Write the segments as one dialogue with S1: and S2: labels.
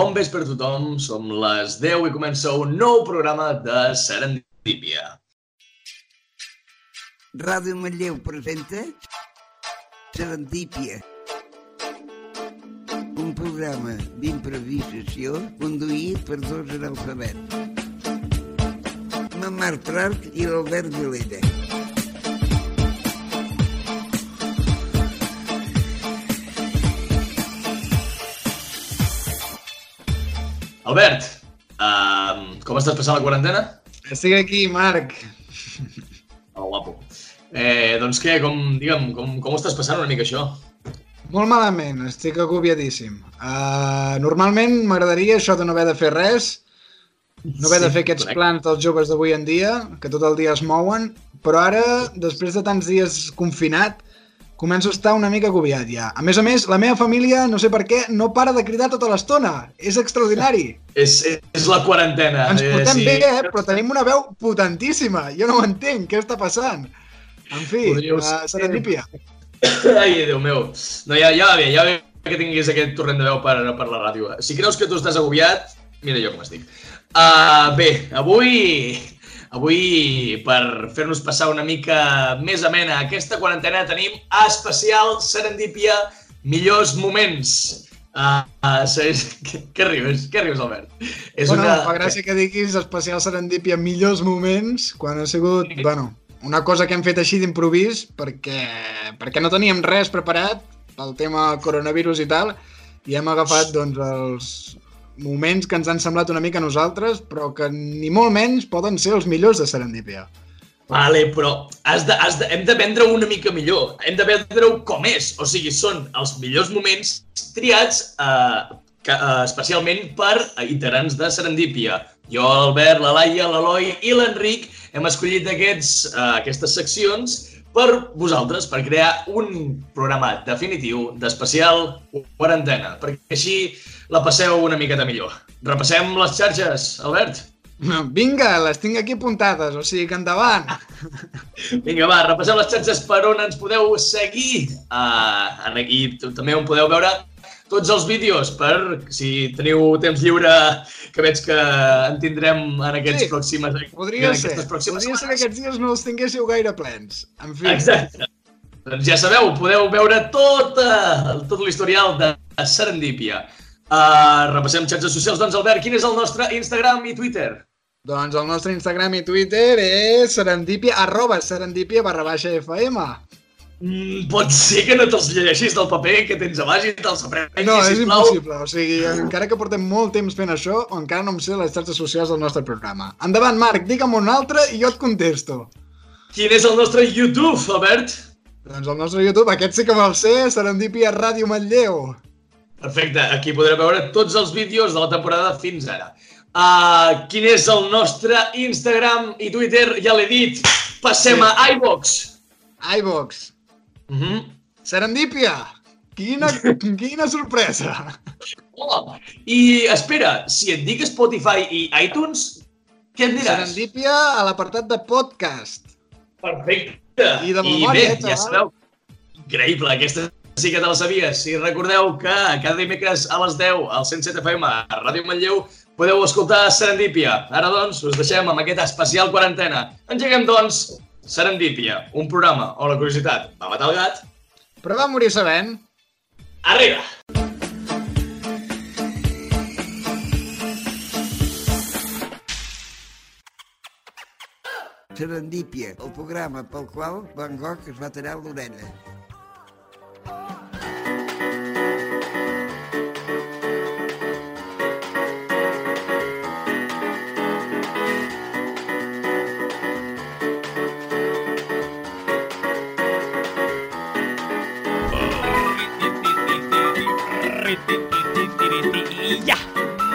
S1: Bon vespre a tothom, som les 10 i comença un nou programa de Serendípia.
S2: Ràdio Manlleu presenta Serendípia. Un programa d'improvisació conduït per dos analfabets. La Marc Trarc i l'Albert Vilella.
S1: Albert, uh, com estàs passant la quarantena?
S3: Estic aquí, Marc. Ah,
S1: Oh, guapo. Eh, doncs què, com, digue'm, com, com ho estàs passant una mica això?
S3: Molt malament, estic agobiadíssim. Uh, normalment m'agradaria això de no haver de fer res, no haver de fer aquests
S1: correcte.
S3: plans dels joves d'avui en dia, que tot el dia es mouen, però ara, després de tants dies confinat, començo a estar una mica agobiat ja. A més a més, la meva família, no sé per què, no para de cridar tota l'estona. És extraordinari.
S1: És, és, és la quarantena.
S3: Ens
S1: eh,
S3: portem
S1: sí.
S3: bé, eh? però tenim una veu potentíssima. Jo no ho entenc, què està passant? En fi,
S1: Podríeu
S3: uh,
S1: ser-
S3: serendipia.
S1: Ai, Déu meu. No, ja, ja va bé, ja va bé que tinguis aquest torrent de veu per, per la ràdio. Si creus que tu estàs agobiat, mira jo com estic. Uh, bé, avui, avui per fer-nos passar una mica més amena aquesta quarantena tenim a especial Serendípia millors moments. Uh, uh, què, què rius? Què rius, Albert?
S3: És bueno, una... fa gràcia que diguis especial serendípia millors moments, quan ha sigut,
S1: Sí.
S3: bueno, una cosa que hem fet així d'improvís, perquè, perquè no teníem res preparat pel tema coronavirus i tal, i hem agafat, doncs, els moments que ens han semblat una mica a nosaltres, però que ni molt menys poden ser els millors de serendípia.
S1: Vale, però has de, has de, hem de vendre una mica millor. Hem de vendre-ho com és. O sigui, són els millors moments triats eh, que, eh, especialment per iterants de Serendípia. Jo, l'Albert, la Laia, l'Eloi i l'Enric hem escollit aquests, eh, aquestes seccions per vosaltres, per crear un programa definitiu d'especial quarantena, perquè així la passeu una miqueta millor. Repassem les xarxes, Albert.
S3: Vinga, les tinc aquí apuntades, o sigui que endavant.
S1: Vinga, va, repassem les xarxes per on ens podeu seguir. Uh, aquí t- també on podeu veure tots els vídeos per si teniu temps lliure que veig que en tindrem en aquests
S3: Sí,
S1: pròximes
S3: Podria
S1: en
S3: ser,
S1: aquestes pròximes
S3: podria ser que
S1: setmanes.
S3: aquests dies no els tinguéssiu gaire plens. En fi,
S1: Exacte. Doncs ja sabeu, podeu veure tot, eh, tot l'historial de Serendípia. Uh, repassem xarxes socials. Doncs, Albert, quin és el nostre Instagram i Twitter?
S3: Doncs el nostre Instagram i Twitter és serendipia, arroba serendipia barra baixa FM.
S1: Mm, pot ser que no te'ls llegeixis del paper que tens a baix i te'ls aprenguis,
S3: No, és
S1: sisplau.
S3: impossible. O sigui, encara que portem molt temps fent això, encara no em sé les xarxes socials del nostre programa. Endavant, Marc, digue'm un altre i jo et contesto.
S1: Quin és el nostre YouTube, Albert?
S3: Doncs el nostre YouTube, aquest sí que me'l sé, Serendipia Ràdio Manlleu.
S1: Perfecte, aquí podreu veure tots els vídeos de la temporada fins ara. Uh, quin és el nostre Instagram i Twitter? Ja l'he dit. Passem
S3: Sí.
S1: a iVox.
S3: iVox.
S1: Uh -huh.
S3: Serendipia! Quina, quina sorpresa!
S1: oh. I espera, si et dic Spotify i iTunes, què et diràs?
S3: Serendipia a l'apartat de podcast.
S1: Perfecte.
S3: I de memòria,
S1: bé,
S3: eh,
S1: ja
S3: xaval?
S1: sabeu. Increïble, aquesta sí que te la sabies. Si recordeu que cada dimecres a les 10 al 107 FM a Ràdio Manlleu podeu escoltar Serendípia. Ara, doncs, us deixem amb aquesta especial quarantena. Engeguem, doncs, Serendípia, un programa on la curiositat va matar el gat.
S3: Però va morir sabent.
S1: Arriba!
S2: Serendípia, el programa pel qual Van Gogh es va tallar l'orella.
S4: Ja!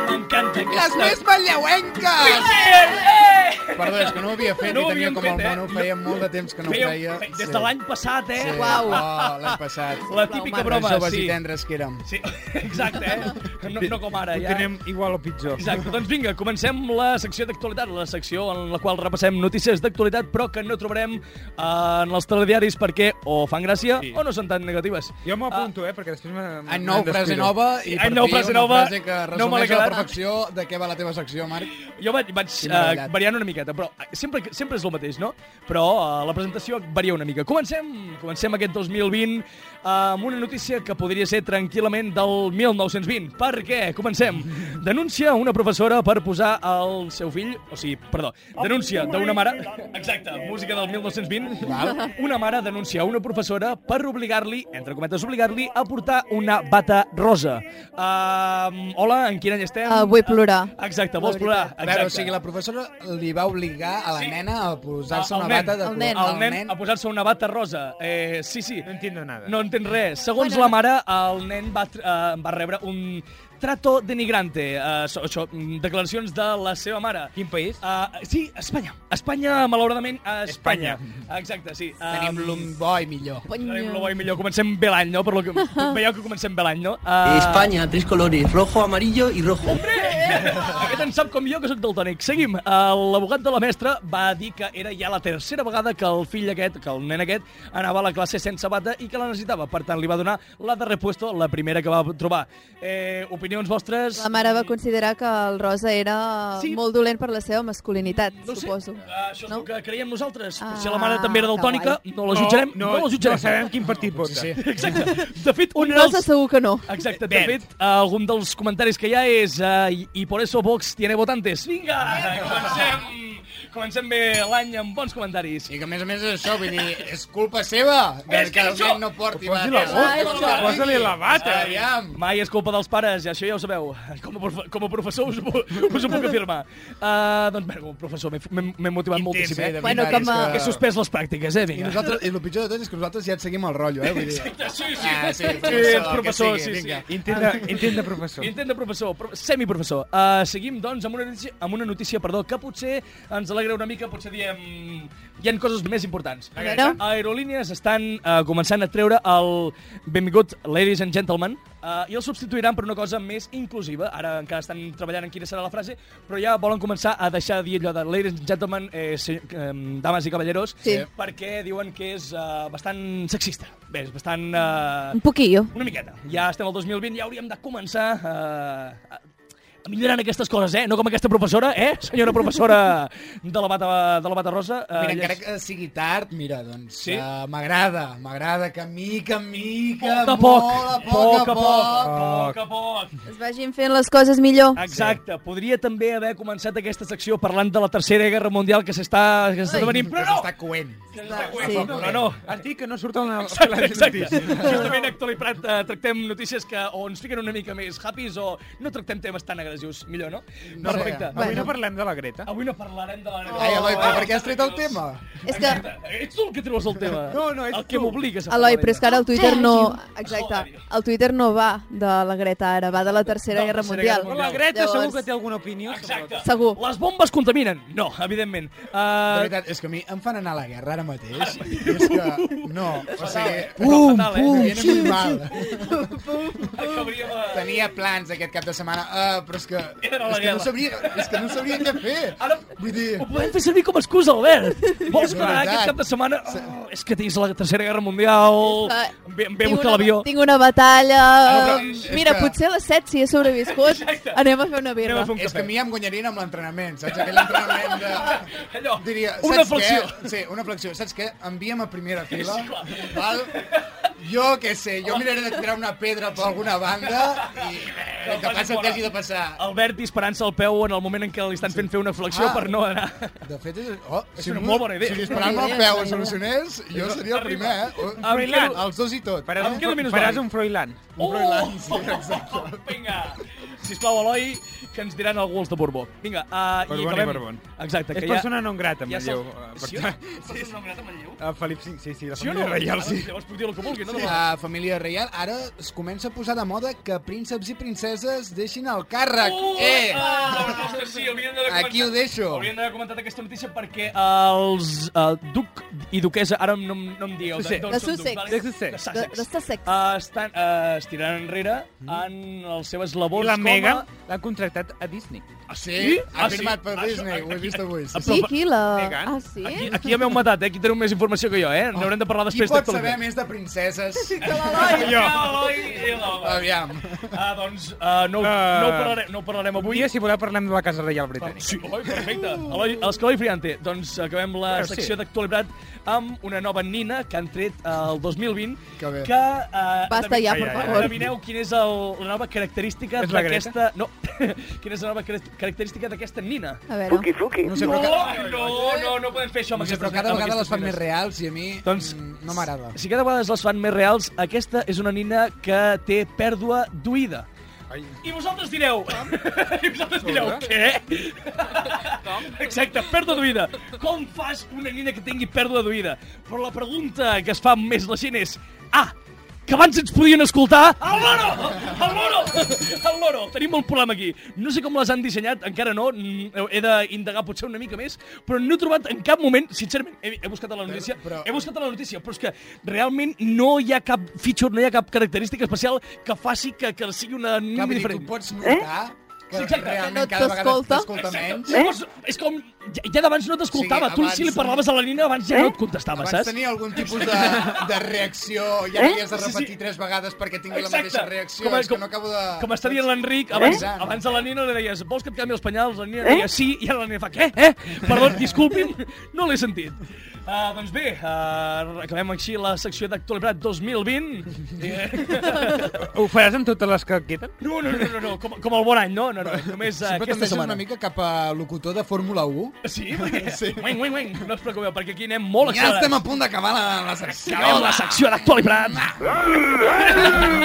S4: M'encanta
S5: Les
S4: aquesta...
S5: més balleuenques!
S4: Eh, eh!
S6: Perdó, és que no ho havia fet
S7: No
S6: no
S7: ho
S6: i tenia
S7: havíem
S6: com el
S7: fet, eh?
S6: mono, feia molt de temps que no ho
S7: Feia-
S6: feia.
S7: fe- Des de l'any passat, eh?
S6: Sí,
S7: Uau.
S6: oh, l'any passat.
S7: La típica broma,
S6: Les joves
S7: sí.
S6: i tendres que érem.
S7: Sí, exacte, eh? No, no com ara,
S5: Ho
S7: ja.
S5: tenim igual o pitjor.
S7: Exacte, doncs vinga, comencem la secció d'actualitat, la secció en la qual repassem notícies d'actualitat, però que no trobarem eh, en els telediaris perquè o fan gràcia
S5: Sí.
S7: o no són tan negatives.
S5: Jo m'apunto, eh, perquè després
S7: Ah,
S5: me'n
S6: Any nou, frase nova, i
S7: Sí,
S6: per
S7: any nou,
S6: fi
S7: frase
S6: una
S7: nova,
S6: frase que
S7: no me l'he
S6: resumeix a la
S7: quedat.
S6: perfecció de què va la teva secció, Marc.
S7: Jo vaig, vaig
S6: Sí, m'ha
S7: uh,
S6: agradat.
S7: variant una miqueta, però eh, sempre, sempre és el mateix, no? Però uh, la presentació varia una mica. Comencem, comencem aquest 2020 uh, amb una notícia que podria ser tranquil·lament del 1920. Per què? Comencem. Denúncia una professora per posar el seu fill... O sigui, perdó, denúncia d'una mare... Exacte, música del 1920.
S6: Val.
S7: Una mare denuncia una professora per obligar-li, entre cometes, obligar-li a portar una bata rosa. Uh, hola, en quin any estem?
S8: Ah, vull plorar.
S7: Exacte,
S8: La
S7: vols
S8: veritat.
S7: plorar?
S6: A
S7: Exacte.
S6: veure, o sigui, la professora li va obligar a la
S7: Sí.
S6: nena a posar-se
S7: Ah, el
S6: una
S7: nen.
S6: bata de
S8: El
S6: color.
S8: nen.
S7: El nen a posar-se una bata rosa. Eh, sí, sí.
S5: No entiendo nada.
S7: No entén res. Segons
S8: Bueno,
S7: la mare, el nen va, tr- eh, va rebre un trato denigrante. Eh, so, això, mm, declaracions de la seva mare.
S5: Quin país?
S7: Uh, sí, Espanya. Espanya, malauradament, a Espanya.
S5: Espanya.
S7: Exacte, sí. Eh,
S6: Tenim l'un bo i millor.
S7: Tenim lo bo i millor. Comencem bé l'any, no? Per lo que... Veieu que comencem bé l'any, no?
S1: Eh,
S7: Uh,
S1: España, tres colores, rojo, amarillo y rojo.
S7: Aquest en sap com jo, que sóc daltònic. Seguim. Eh, L'abogat de la mestra va dir que era ja la tercera vegada que el fill aquest, que el nen aquest, anava a la classe sense bata i que la necessitava. Per tant, li va donar la de repuesto, la primera que va trobar. Eh, opinions vostres?
S8: La mare va considerar que el rosa era
S7: Sí.
S8: sí. molt dolent per la seva masculinitat,
S7: No ho sé,
S8: suposo.
S7: eh, això és no?
S8: No?
S7: el que creiem nosaltres.
S8: Ah,
S7: si la mare també era
S8: que
S7: daltònica,
S8: guai.
S7: no la jutjarem. No,
S5: no,
S7: la jutjarem.
S5: no sabem quin partit Eh, vota.
S6: Sí, sí.
S7: Exacte. De fet, un,
S8: Un
S7: dels...
S8: rosa segur que no.
S7: Exacte, de
S5: Verd.
S7: fet, eh, algun dels comentaris que hi ha és eh, i- i por eso Vox tiene votantes. Vinga, comencem, comencem bé l'any amb bons comentaris.
S6: I que a més a més és això, vull dir, és culpa seva
S7: És
S6: doncs
S7: que
S6: que el
S7: això-
S6: nen no porti
S5: Posi la
S8: Ai,
S5: bota,
S8: no.
S5: posa-li la bata.
S6: Aviam.
S7: Mai és culpa dels pares, i això ja ho sabeu. Com a, prof com a professor us ho, puc- us ho puc afirmar. Uh, doncs, bé, com a professor m'he- m'he m'he motivat
S6: Intens,
S7: moltíssim,
S6: eh,
S7: eh?
S6: de
S8: Bueno,
S6: veritat,
S8: com a-
S6: és que-
S7: He suspès les pràctiques, eh?
S6: I,
S7: Vinga.
S6: nosaltres, I el pitjor de tot és que nosaltres ja et seguim el rotllo, eh? Vull dir,
S7: Sí, sí.
S6: Ah, sí,
S7: Eh,
S6: professor,
S7: professor,
S6: que
S7: sí,
S6: sigui,
S7: sí.
S6: vinga.
S5: Intenta, intenta, professor.
S7: Intent de professor, pro semiprofessor. Uh, seguim, doncs, amb una, notícia, amb una notícia perdó, que potser ens alegra una mica, potser diem... Hi ha coses més importants.
S8: A veure.
S7: Aerolínies estan uh, començant a treure el benvingut Ladies and Gentlemen uh, i el substituiran per una cosa més inclusiva. Ara encara estan treballant en quina serà la frase, però ja volen començar a deixar de dir allò de Ladies and Gentlemen, eh, se, eh, dames i cavalleros,
S8: Sí.
S7: perquè diuen que és uh, bastant sexista. Bé, és bastant... Uh,
S8: Un poquillo.
S7: una miqueta. Ja estem al 2020, ja hauríem de començar eh, a, a millorar en aquestes coses, eh? No com aquesta professora, eh? Senyora professora de la bata, de la bata rosa. Eh,
S6: Mira,
S7: ja
S6: encara
S7: és-
S6: que sigui tard, mira, doncs
S7: Sí?
S6: sí? uh, m'agrada, m'agrada que mica en mica,
S7: Poc a
S6: molt a
S7: poc, poc a poc,
S6: poc.
S7: poc a poc.
S8: Es vagin fent les coses millor.
S7: Exacte, podria també haver començat aquesta secció parlant de la Tercera Guerra Mundial que s'està que s'està devenint,
S6: Que
S7: però Ah. no!
S6: s'està Doncs coent.
S8: Clar,
S7: Ui,
S8: sí.
S7: no, no, no.
S5: Has dit que no surt una...
S7: Exacte, exacte. Justament, Actual i Prat, eh, tractem notícies que o ens fiquen una mica més happys o no tractem temes tan agressius. Millor, no?
S6: No sé.
S7: Perfecte.
S5: Avui
S8: Bueno.
S5: no parlem de la Greta.
S7: Avui no parlarem de la...
S6: Oh. Ai, Eloi, però per què has tret el tema?
S8: És que,
S7: Ets tu el que treus el tema.
S5: No, no, ets
S7: El que
S5: tu.
S7: m'obligues a
S8: Eloi,
S7: parlar
S8: però és que ara el Twitter no... Exacte,
S7: Joder.
S8: el Twitter no va de la Greta ara, va de la Tercera Guerra Mundial.
S5: Però la Greta
S8: Llavors,
S5: segur que té alguna opinió. sobre el
S7: Exacte.
S8: Segur.
S7: Les bombes contaminen? No, evidentment.
S6: De
S7: Uh,
S6: veritat, és que a mi em fan anar a la guerra ara mateix. I és que, no, o sigui...
S7: Pum, fatal, eh?
S6: Em viene molt mal.
S7: acabaríem a...
S6: Tenia plans aquest cap de setmana, uh, però és que,
S7: Era la
S6: és que,
S7: guerra.
S6: no sabria, és que no sabria què fer.
S7: Ara-
S6: Vull dir,
S7: Ho podem fer servir com a excusa, Albert. Vols
S6: és
S7: que anar
S6: veritat.
S7: aquest cap de setmana... Oh, és que tens la Tercera Guerra Mundial...
S8: És que
S7: Em ve, em ve a
S8: tinc
S7: buscar
S8: una-
S7: l'avió.
S8: Tinc una batalla... eh,
S6: Ah, però és- és
S8: Mira,
S6: que-
S8: potser a les 7, si he sobreviscut,
S7: Exacte.
S8: anem a fer una
S7: Anem
S8: birra.
S7: a fer un
S6: és que
S7: cafè.
S6: a mi em guanyarien amb l'entrenament, saps? Aquell entrenament de...
S7: Allò,
S6: Diria, saps
S7: una flexió.
S6: Què? Sí, una flexió. Saps què? Envia'm a primera fila, val? Jo què sé, jo miraré de tirar una pedra per alguna banda i el que passa el que hagi de passar.
S7: Albert disparant-se al peu en el moment en què li estan fent fer una
S6: Ah.
S7: flexió per no anar...
S6: De fet, és... Oh,
S7: És una molt bona idea.
S6: Si disparar-me al peu es solucionés, jo seria el primer, eh? Oh,
S7: Ah, Milan.
S6: Els dos i tot.
S5: Faràs
S7: Em Oh!
S5: un,
S7: quedo
S5: Fre-
S7: minus
S5: faràs
S7: blanc.
S5: un Froilán.
S7: Oh! Vinga! Sisplau, Eloi, que ens diran algú els de Borbó. Vinga, uh,
S5: Borbón i Borbón.
S7: Exacte,
S5: És
S7: que
S5: persona non grata,
S7: ja...
S5: Manlleu.
S7: se'ls-
S5: eh, per
S7: Sí,
S5: tant.
S7: sí, sí. Manlleu?
S5: A Felip V, sí, sí, la
S7: Sí o
S5: família
S7: no?
S5: reial, sí.
S7: Ara, Llavors puc dir el que vulgui, no?
S6: Sí.
S7: De debò.
S6: La família reial ara es comença a posar de moda que prínceps i princeses deixin el càrrec. eh!
S7: Uh, Ah, ostres, sí, hauríem de comentar-
S6: Aquí ho deixo.
S7: Hauríem d'haver comentat aquesta notícia perquè els uh, duc i duquesa, ara no, em- no em dieu,
S5: Sussex.
S7: d'on
S8: De
S7: són ducs,
S8: Sussex.
S7: vale?
S5: De Sussex.
S7: De
S8: De,
S7: Sussex.
S8: d'estar sex.
S7: Uh, estan, uh, es tiraran enrere en les seves
S5: Mm. I
S7: labors
S5: la
S7: doncs com a...
S5: Megan l'han contractat a Disney.
S6: Ah,
S7: Sí?
S6: sí?
S7: Ah,
S6: Ha
S7: sí?
S6: firmat per
S7: Això-
S6: Disney, ho he vist avui.
S7: Ah,
S8: Sí,
S7: però-
S8: aquí la...
S5: Megan.
S8: Ah, sí?
S7: Aquí, aquí ja m'heu matat, eh? Aquí teniu més informació que jo, eh? N'haurem de parlar
S6: Qui
S7: després
S6: pot saber
S7: d'actualitat.
S6: més de princeses?
S7: Jo. Eloi i l'Eloi.
S6: Aviam.
S7: Ah, doncs, uh, no, no,
S5: Ah.
S7: ho parlarem, no ho parlarem
S5: Avui
S7: avui.
S5: dia, si voleu, parlem de la Casa Reial Britànica.
S7: Sí, Eloi, perfecte. Eloi, Escaló i Friante. Doncs acabem la
S5: Però Ah, sí.
S7: secció d'actualitat amb una nova nina que han tret eh, el 2020.
S6: Que bé.
S7: Que, eh,
S8: Basta ja, per
S5: Ai, ai, ai.
S8: favor.
S7: Endevineu quina és el, la nova característica
S5: És la Greta?
S7: d'aquesta... No, quina és la nova carac- característica d'aquesta nina?
S8: A veure.
S6: No sé,
S7: No,
S6: però, ca...
S7: no, no, no podem fer això amb
S6: no sé,
S7: aquestes-
S6: però cada
S7: amb
S6: vegada les
S7: aquestes
S6: fan
S7: nines.
S6: més reals i a mi
S7: Doncs-
S6: doncs... no m'agrada.
S7: Si cada vegada les fan més reals, aquesta és una nina que té pèrdua d'oïda.
S5: Ai.
S7: I vosaltres direu... I vosaltres direu, què? Com? Exacte, pèrdua d'oïda. Com fas una nina que tingui pèrdua d'oïda? Però la pregunta que es fa més la gent és... Ah, que abans ens podien escoltar... El loro! El loro! El loro! Tenim molt problema aquí. No sé com les han dissenyat, encara no. mm, He d'indagar potser una mica més, però no he trobat en cap moment... Sincerament, he, he buscat a la notícia,
S6: però-
S7: he buscat a la notícia, però és que realment no hi ha cap feature, no hi ha cap característica especial que faci que, que sigui una
S6: Clar,
S7: nina
S6: vull dir,
S7: diferent.
S6: tu pots notar que
S7: Eh? Sí, exacte.
S6: realment
S8: No
S6: cada vegada
S8: t'escolta.
S6: t'escolta menys.
S7: Eh? És com... Ja, ja d'abans no
S6: Sí,
S7: t'escoltava. Sí, tu,
S6: abans-
S7: si li parlaves a la nina, abans ja eh? no et contestava,
S6: Abans
S7: saps?
S6: tenia algun tipus de, de reacció i ara eh? has de
S7: Sí, sí.
S6: repetir tres vegades perquè tingui la mateixa reacció.
S7: Com,
S6: és que no acabo de...
S7: com està dient l'Enric, abans, eh?
S6: Exacte.
S7: abans a la nina li deies vols que et canvi els penyals? La nina eh? deia sí, i ara la nina fa què? Eh? Perdó, disculpi'm, no l'he sentit. Uh, doncs bé, uh, acabem així la secció d'actualitat 2020. Eh?
S5: Ho faràs amb totes les que queden?
S7: No, no, no, no, no. Com, com el bon any, no? No, no, només uh,
S6: Sempre
S7: aquesta
S6: tendeixes
S7: setmana.
S6: una mica cap a locutor de Fórmula 1.
S7: Sí, perquè... Sí. Uing, uing, uing. No us preocupeu, perquè aquí anem molt
S6: Ja
S7: accelerats.
S6: estem a punt d'acabar la, la secció.
S7: Acabem la secció d'actualitat.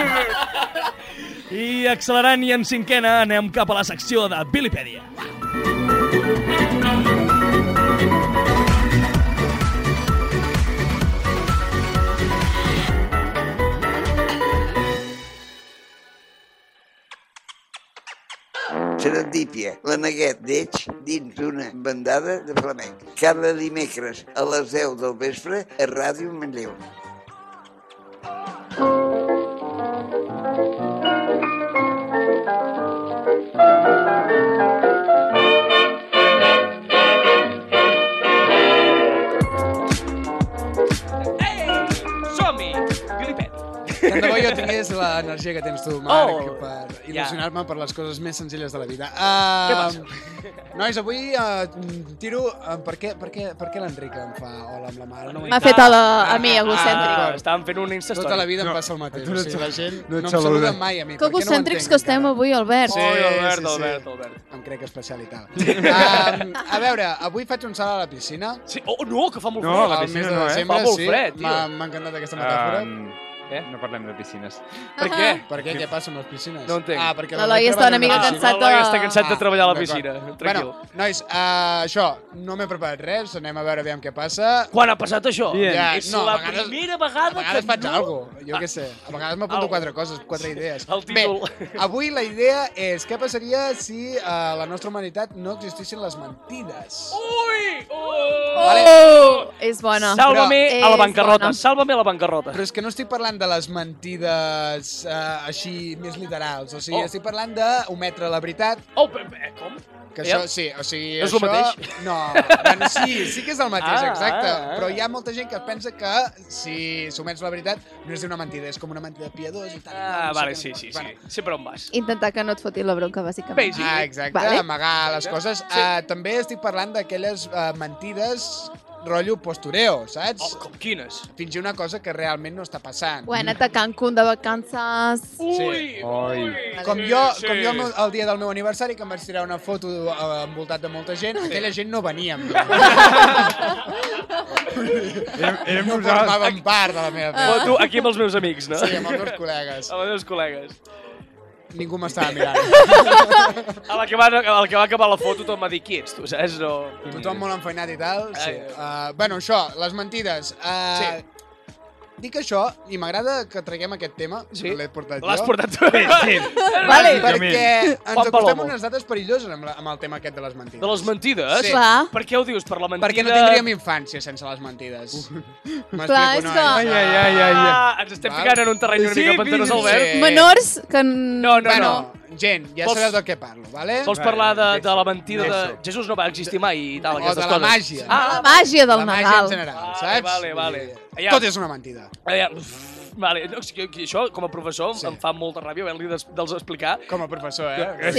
S7: I accelerant i en cinquena anem cap a la secció de Bilipèdia.
S2: Serendípia, la neguet d'Eix dins d'una bandada de flamenc. Cada dimecres a les 10 del vespre a Ràdio Manlleu.
S9: Som-hi! Gripet.
S6: Tant de bo jo tingués l'energia que tens tu, Marc,
S9: Oh,
S6: oh, per il·lusionar-me yeah. per les coses més senzilles de la vida. Uh,
S9: Què passa?
S6: Nois, avui uh, tiro... Uh, per què, per què, per què l'Enric em fa hola amb la mà? Ara No
S8: M'ha
S6: m'he-
S8: fet a, la, a mi,
S9: Ah,
S8: egocèntric.
S9: estàvem fent un Insta
S6: tota la
S9: Story.
S6: vida em passa el mateix.
S10: tu no
S6: o sigui, la gent
S10: no
S6: no,
S10: et
S6: em saluda
S10: saluden.
S6: mai a mi.
S8: Que
S6: Per què no ho
S8: egocèntrics
S6: entenc
S8: que estem
S6: encara?
S8: avui, Albert.
S9: Oi, Albert,
S6: Sí, sí, sí.
S9: Albert, Albert.
S6: Em crec especial i tal. um, a veure, avui faig un salt a la piscina.
S9: Sí. Oh, no, que fa molt
S5: No,
S9: fred.
S5: la
S6: El
S5: piscina
S6: mes de
S5: no, eh? Ah, mm.
S6: desembre,
S9: Fa molt
S6: sí.
S9: fred, tio.
S6: M'ha m'ha encantat aquesta metàfora.
S9: Eh?
S5: No parlem de piscines.
S9: Per què?
S6: Per què? Què passa amb les piscines?
S9: Ah. No entenc.
S6: Ah, perquè
S8: L'Eloi
S6: l'Eloi
S8: està
S6: treballa
S8: una mica
S6: en
S9: Ah,
S6: piscina.
S8: cansat
S9: l'Eloi
S8: de-
S9: està cansat de treballar a la
S6: Ah,
S9: piscina.
S6: d'acord.
S9: Tranquil.
S6: Bueno, nois, uh, això, no m'he preparat res, anem a veure aviam què passa.
S9: Quan ha passat això?
S5: Bien.
S6: Ja,
S9: És
S6: no, a
S9: la
S6: vegades-
S9: primera
S6: A
S9: vegada,
S6: vegades
S9: que
S6: faig algo, jo què sé. A vegades m'apunto
S9: Algo.
S6: quatre coses, quatre idees.
S9: El títol.
S6: Bé, avui la idea és què passaria si a la nostra humanitat no existissin les mentides.
S9: Ui! Oh!
S8: Oh! És bona.
S9: Sálvame
S8: Però
S9: a la
S8: és
S9: bancarrota,
S8: bona.
S9: sálvame a la bancarrota.
S6: Però és que no estic parlant de les mentides eh, així més literals, o sigui,
S9: Oh.
S6: estic parlant d'ometre la veritat,
S9: Oh, pe- pe- com?
S6: Que
S9: Ja.
S6: això, sí, o sigui,
S9: No és
S6: això...
S9: el mateix?
S6: No, bueno, sí, sí que és el mateix,
S9: Ah,
S6: exacte.
S9: ah, ah.
S6: Però hi ha molta gent que pensa que si s'omets la veritat no és una mentida, és com una mentida piadós i tal. i tal,
S9: Ah,
S6: no sé
S9: vale,
S6: què.
S9: sí, sí, sí.
S6: Bueno,
S9: Sempre on vas.
S8: Intentar que no et foti la bronca, bàsicament.
S9: Basic.
S6: Ah, exacte,
S8: Vale.
S6: amagar les coses.
S9: Sí.
S6: Ah, també estic parlant d'aquelles uh, mentides rotllo postureo, saps?
S9: Oh, com quines?
S6: Fingir una cosa que realment no està passant.
S8: Bueno, atacant cun de vacances.
S9: Ui! Ui!
S6: Com
S9: sí,
S6: jo,
S9: sí.
S6: com jo el, meu, el dia del meu aniversari, que em vaig tirar una foto eh, envoltat de molta gent, aquella gent no venia amb mi.
S5: Érem, érem
S6: no
S5: nosaltres.
S6: formaven part de la meva
S9: Però
S6: vida.
S9: tu, aquí amb els meus amics, no?
S6: Sí, amb els meus col·legues.
S9: Amb els meus col·legues.
S6: ningú m'estava mirant.
S7: A la que va, a la que va acabar la foto tothom va dir qui ets, tu saps? No...
S6: Tothom molt enfeinat i tal, sí.
S7: Ai,
S6: Uh, bueno, això, les mentides. Uh, sí. Dic això, i m'agrada que traguem aquest tema,
S7: Sí.
S6: l'he portat jo.
S7: L'has portat tu. Sí,
S6: Vale,
S7: Vale.
S6: perquè ens
S7: Juan
S6: acostem
S7: Palomo.
S6: a unes dates perilloses amb, la, amb el tema aquest de les mentides.
S7: De les mentides?
S6: Sí.
S11: Clar.
S7: Per què ho dius? Per la mentida...
S6: Ah? Perquè no tindríem infància sense les mentides. M'explico,
S11: Clar, és
S6: nois?
S11: que- Ai,
S5: ai, ai, ai.
S7: Ah, ens estem
S6: Val.
S7: ficant en un terreny una
S5: Sí,
S7: mica pantanós,
S5: sí,
S7: Albert.
S6: Eh.
S11: Menors que... n-
S7: No, no,
S6: bueno,
S7: no.
S6: gent, ja
S7: Vols-
S6: sabeu del què parlo, vale?
S7: Vols
S5: Vale,
S7: parlar de,
S5: vale,
S7: de la mentida de...
S5: deixo.
S7: Jesús no va existir mai i tal,
S6: O
S7: aquestes
S6: de la
S7: coses.
S6: màgia.
S11: La màgia del
S6: la màgia
S11: Nadal.
S6: en general,
S7: Vale,
S6: saps?
S7: vale, vale.
S6: Ja. Tot és una mentida.
S7: Eh, uf, Vale, no, és que- que això, com a professor,
S6: Sí.
S7: em fa molta ràbia haver-li des- dels explicar.
S6: Com a professor, eh?
S11: Sí,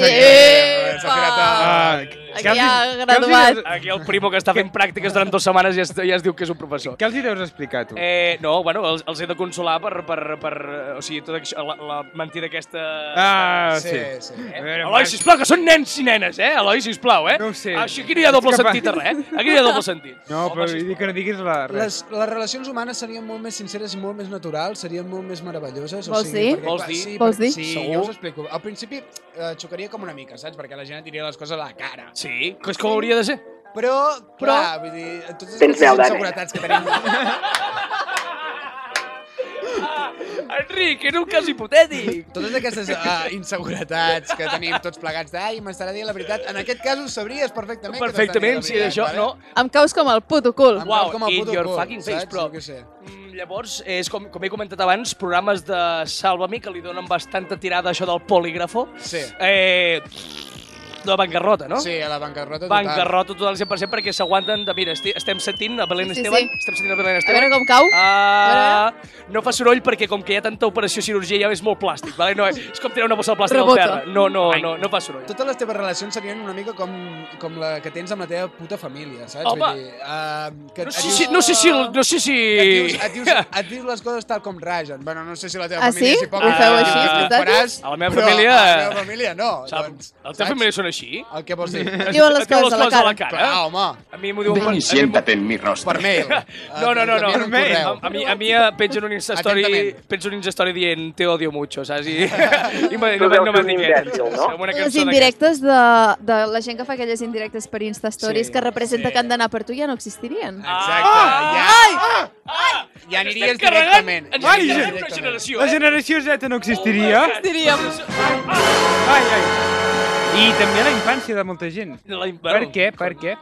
S6: S'ha tirat a...
S5: Ah,
S11: Aquí
S5: què els hi-
S11: ha
S5: què els hi
S11: graduat.
S5: deus-
S7: Aquí el primo que està fent pràctiques durant dues setmanes ja es, ja es diu que és un professor.
S5: Què els hi deus explicar, tu?
S7: Eh, no, bueno, els, els he de consolar per, per, per eh, o sigui, tota això, la, la mentida aquesta...
S5: Ah,
S6: Sí,
S5: sí.
S6: sí.
S5: A
S7: Eh?
S5: veure,
S7: Eloi, sisplau, que són nens i nenes, eh? Eloi, sisplau, eh?
S5: No ho sé.
S7: Això aquí no hi ha doble
S5: És que fa-
S7: sentit, res. eh? Aquí no hi ha doble sentit.
S5: No, però vull dir
S7: sisplau.
S5: que no diguis la res.
S6: Les, les relacions humanes serien molt més sinceres i molt més naturals, serien molt més meravelloses.
S11: Vols
S6: o sigui,
S11: dir?
S6: perquè,
S7: Vols
S6: clar,
S7: dir?
S6: Sí,
S11: Vols
S6: perquè-
S11: dir?
S6: Sí,
S7: Segur?
S6: jo us explico. Al principi eh, xocaria com una mica, saps? Perquè la gent et diria les coses a la cara.
S7: Sí, que és com hauria de ser.
S6: Però, clar, vull dir, totes aquestes inseguretats que tenim...
S7: Enric, era un cas hipotètic.
S6: Totes aquestes uh, inseguretats que tenim tots plegats d'ai, m'estarà dient la veritat. En aquest cas ho sabries perfectament. que
S7: Perfectament,
S6: t'està
S7: si
S6: dient la
S7: això...
S6: veritat,
S7: No,
S11: Em caus com el puto cul.
S6: Em
S7: Uau,
S6: cau a
S7: in
S6: puto
S7: your
S6: cul,
S7: fucking face,
S6: saps?
S7: però-
S6: Jo què sé.
S7: Mm, Llavors, és com, com he comentat abans, programes de Sálvame que li donen bastanta tirada a això del polígrafo.
S6: Sí.
S7: Eh, de bancarrota, no?
S6: Sí, a la bancarrota total.
S7: Bancarrota total 100% perquè s'aguanten de... Mira, esti, estem sentint a Belén
S11: Sí, sí,
S7: Esteban.
S11: sí.
S7: Estem sentint a Belén
S11: A veure
S7: Esteban.
S11: com cau.
S7: Ah, no fa soroll perquè com que hi ha tanta operació cirurgia ja és molt plàstic, vale? No, és és com tirar una bossa de plàstic
S11: Rebota.
S7: al terra. No, no, no, no fa soroll.
S6: Totes les teves relacions serien una mica com, com la que tens amb la teva puta família, saps?
S7: Home.
S6: Vull dir, uh, que
S7: No
S6: et
S7: sé
S6: dius-
S7: si... No sé si... No sé si...
S6: Et dius, et, dius, et dius les coses tal com ragen. Bueno, no sé si la teva
S11: Ah,
S6: família
S11: sí?
S6: és hipòcrita.
S7: Ho feu
S6: i
S7: així,
S6: et
S7: els
S6: faràs,
S7: A la meva
S6: però
S7: família-
S6: A la meva família no.
S7: Sap,
S6: doncs,
S7: la teva família són així?
S6: El que vols dir?
S11: Diuen les
S7: Et diuen
S11: coses a la
S7: coses a la
S11: cara.
S7: cara.
S6: Clar, home,
S7: A mi m'ho diuen... per- a mi m'ho-
S12: en mi rostro.
S6: per mail. Ah,
S7: No, no, no, no.
S6: Per mail.
S7: A, a mi, a mi eh, pengen un instastory,
S6: Atentament.
S7: pengen un instastory dient te odio mucho, saps? I, i me- no, no m'etiquetes. No? Amb una
S11: Les
S7: cançó
S11: indirectes de, de la gent que fa aquelles indirectes per Instastories
S7: Sí,
S11: sí, que representa
S6: sí. Ah,
S11: sí. que han d'anar per tu ja no existirien.
S6: Exacte,
S7: ah!
S6: ja, ja aniries directament.
S7: Ens
S6: Ja aniries
S7: estem Ah! carregant una
S6: directament.
S7: generació,
S5: La
S7: eh?
S5: generació Z no existiria.
S11: Diríem.
S5: Ai, ai. I també la infància de molta gent.
S7: La,
S5: Per què? Per què?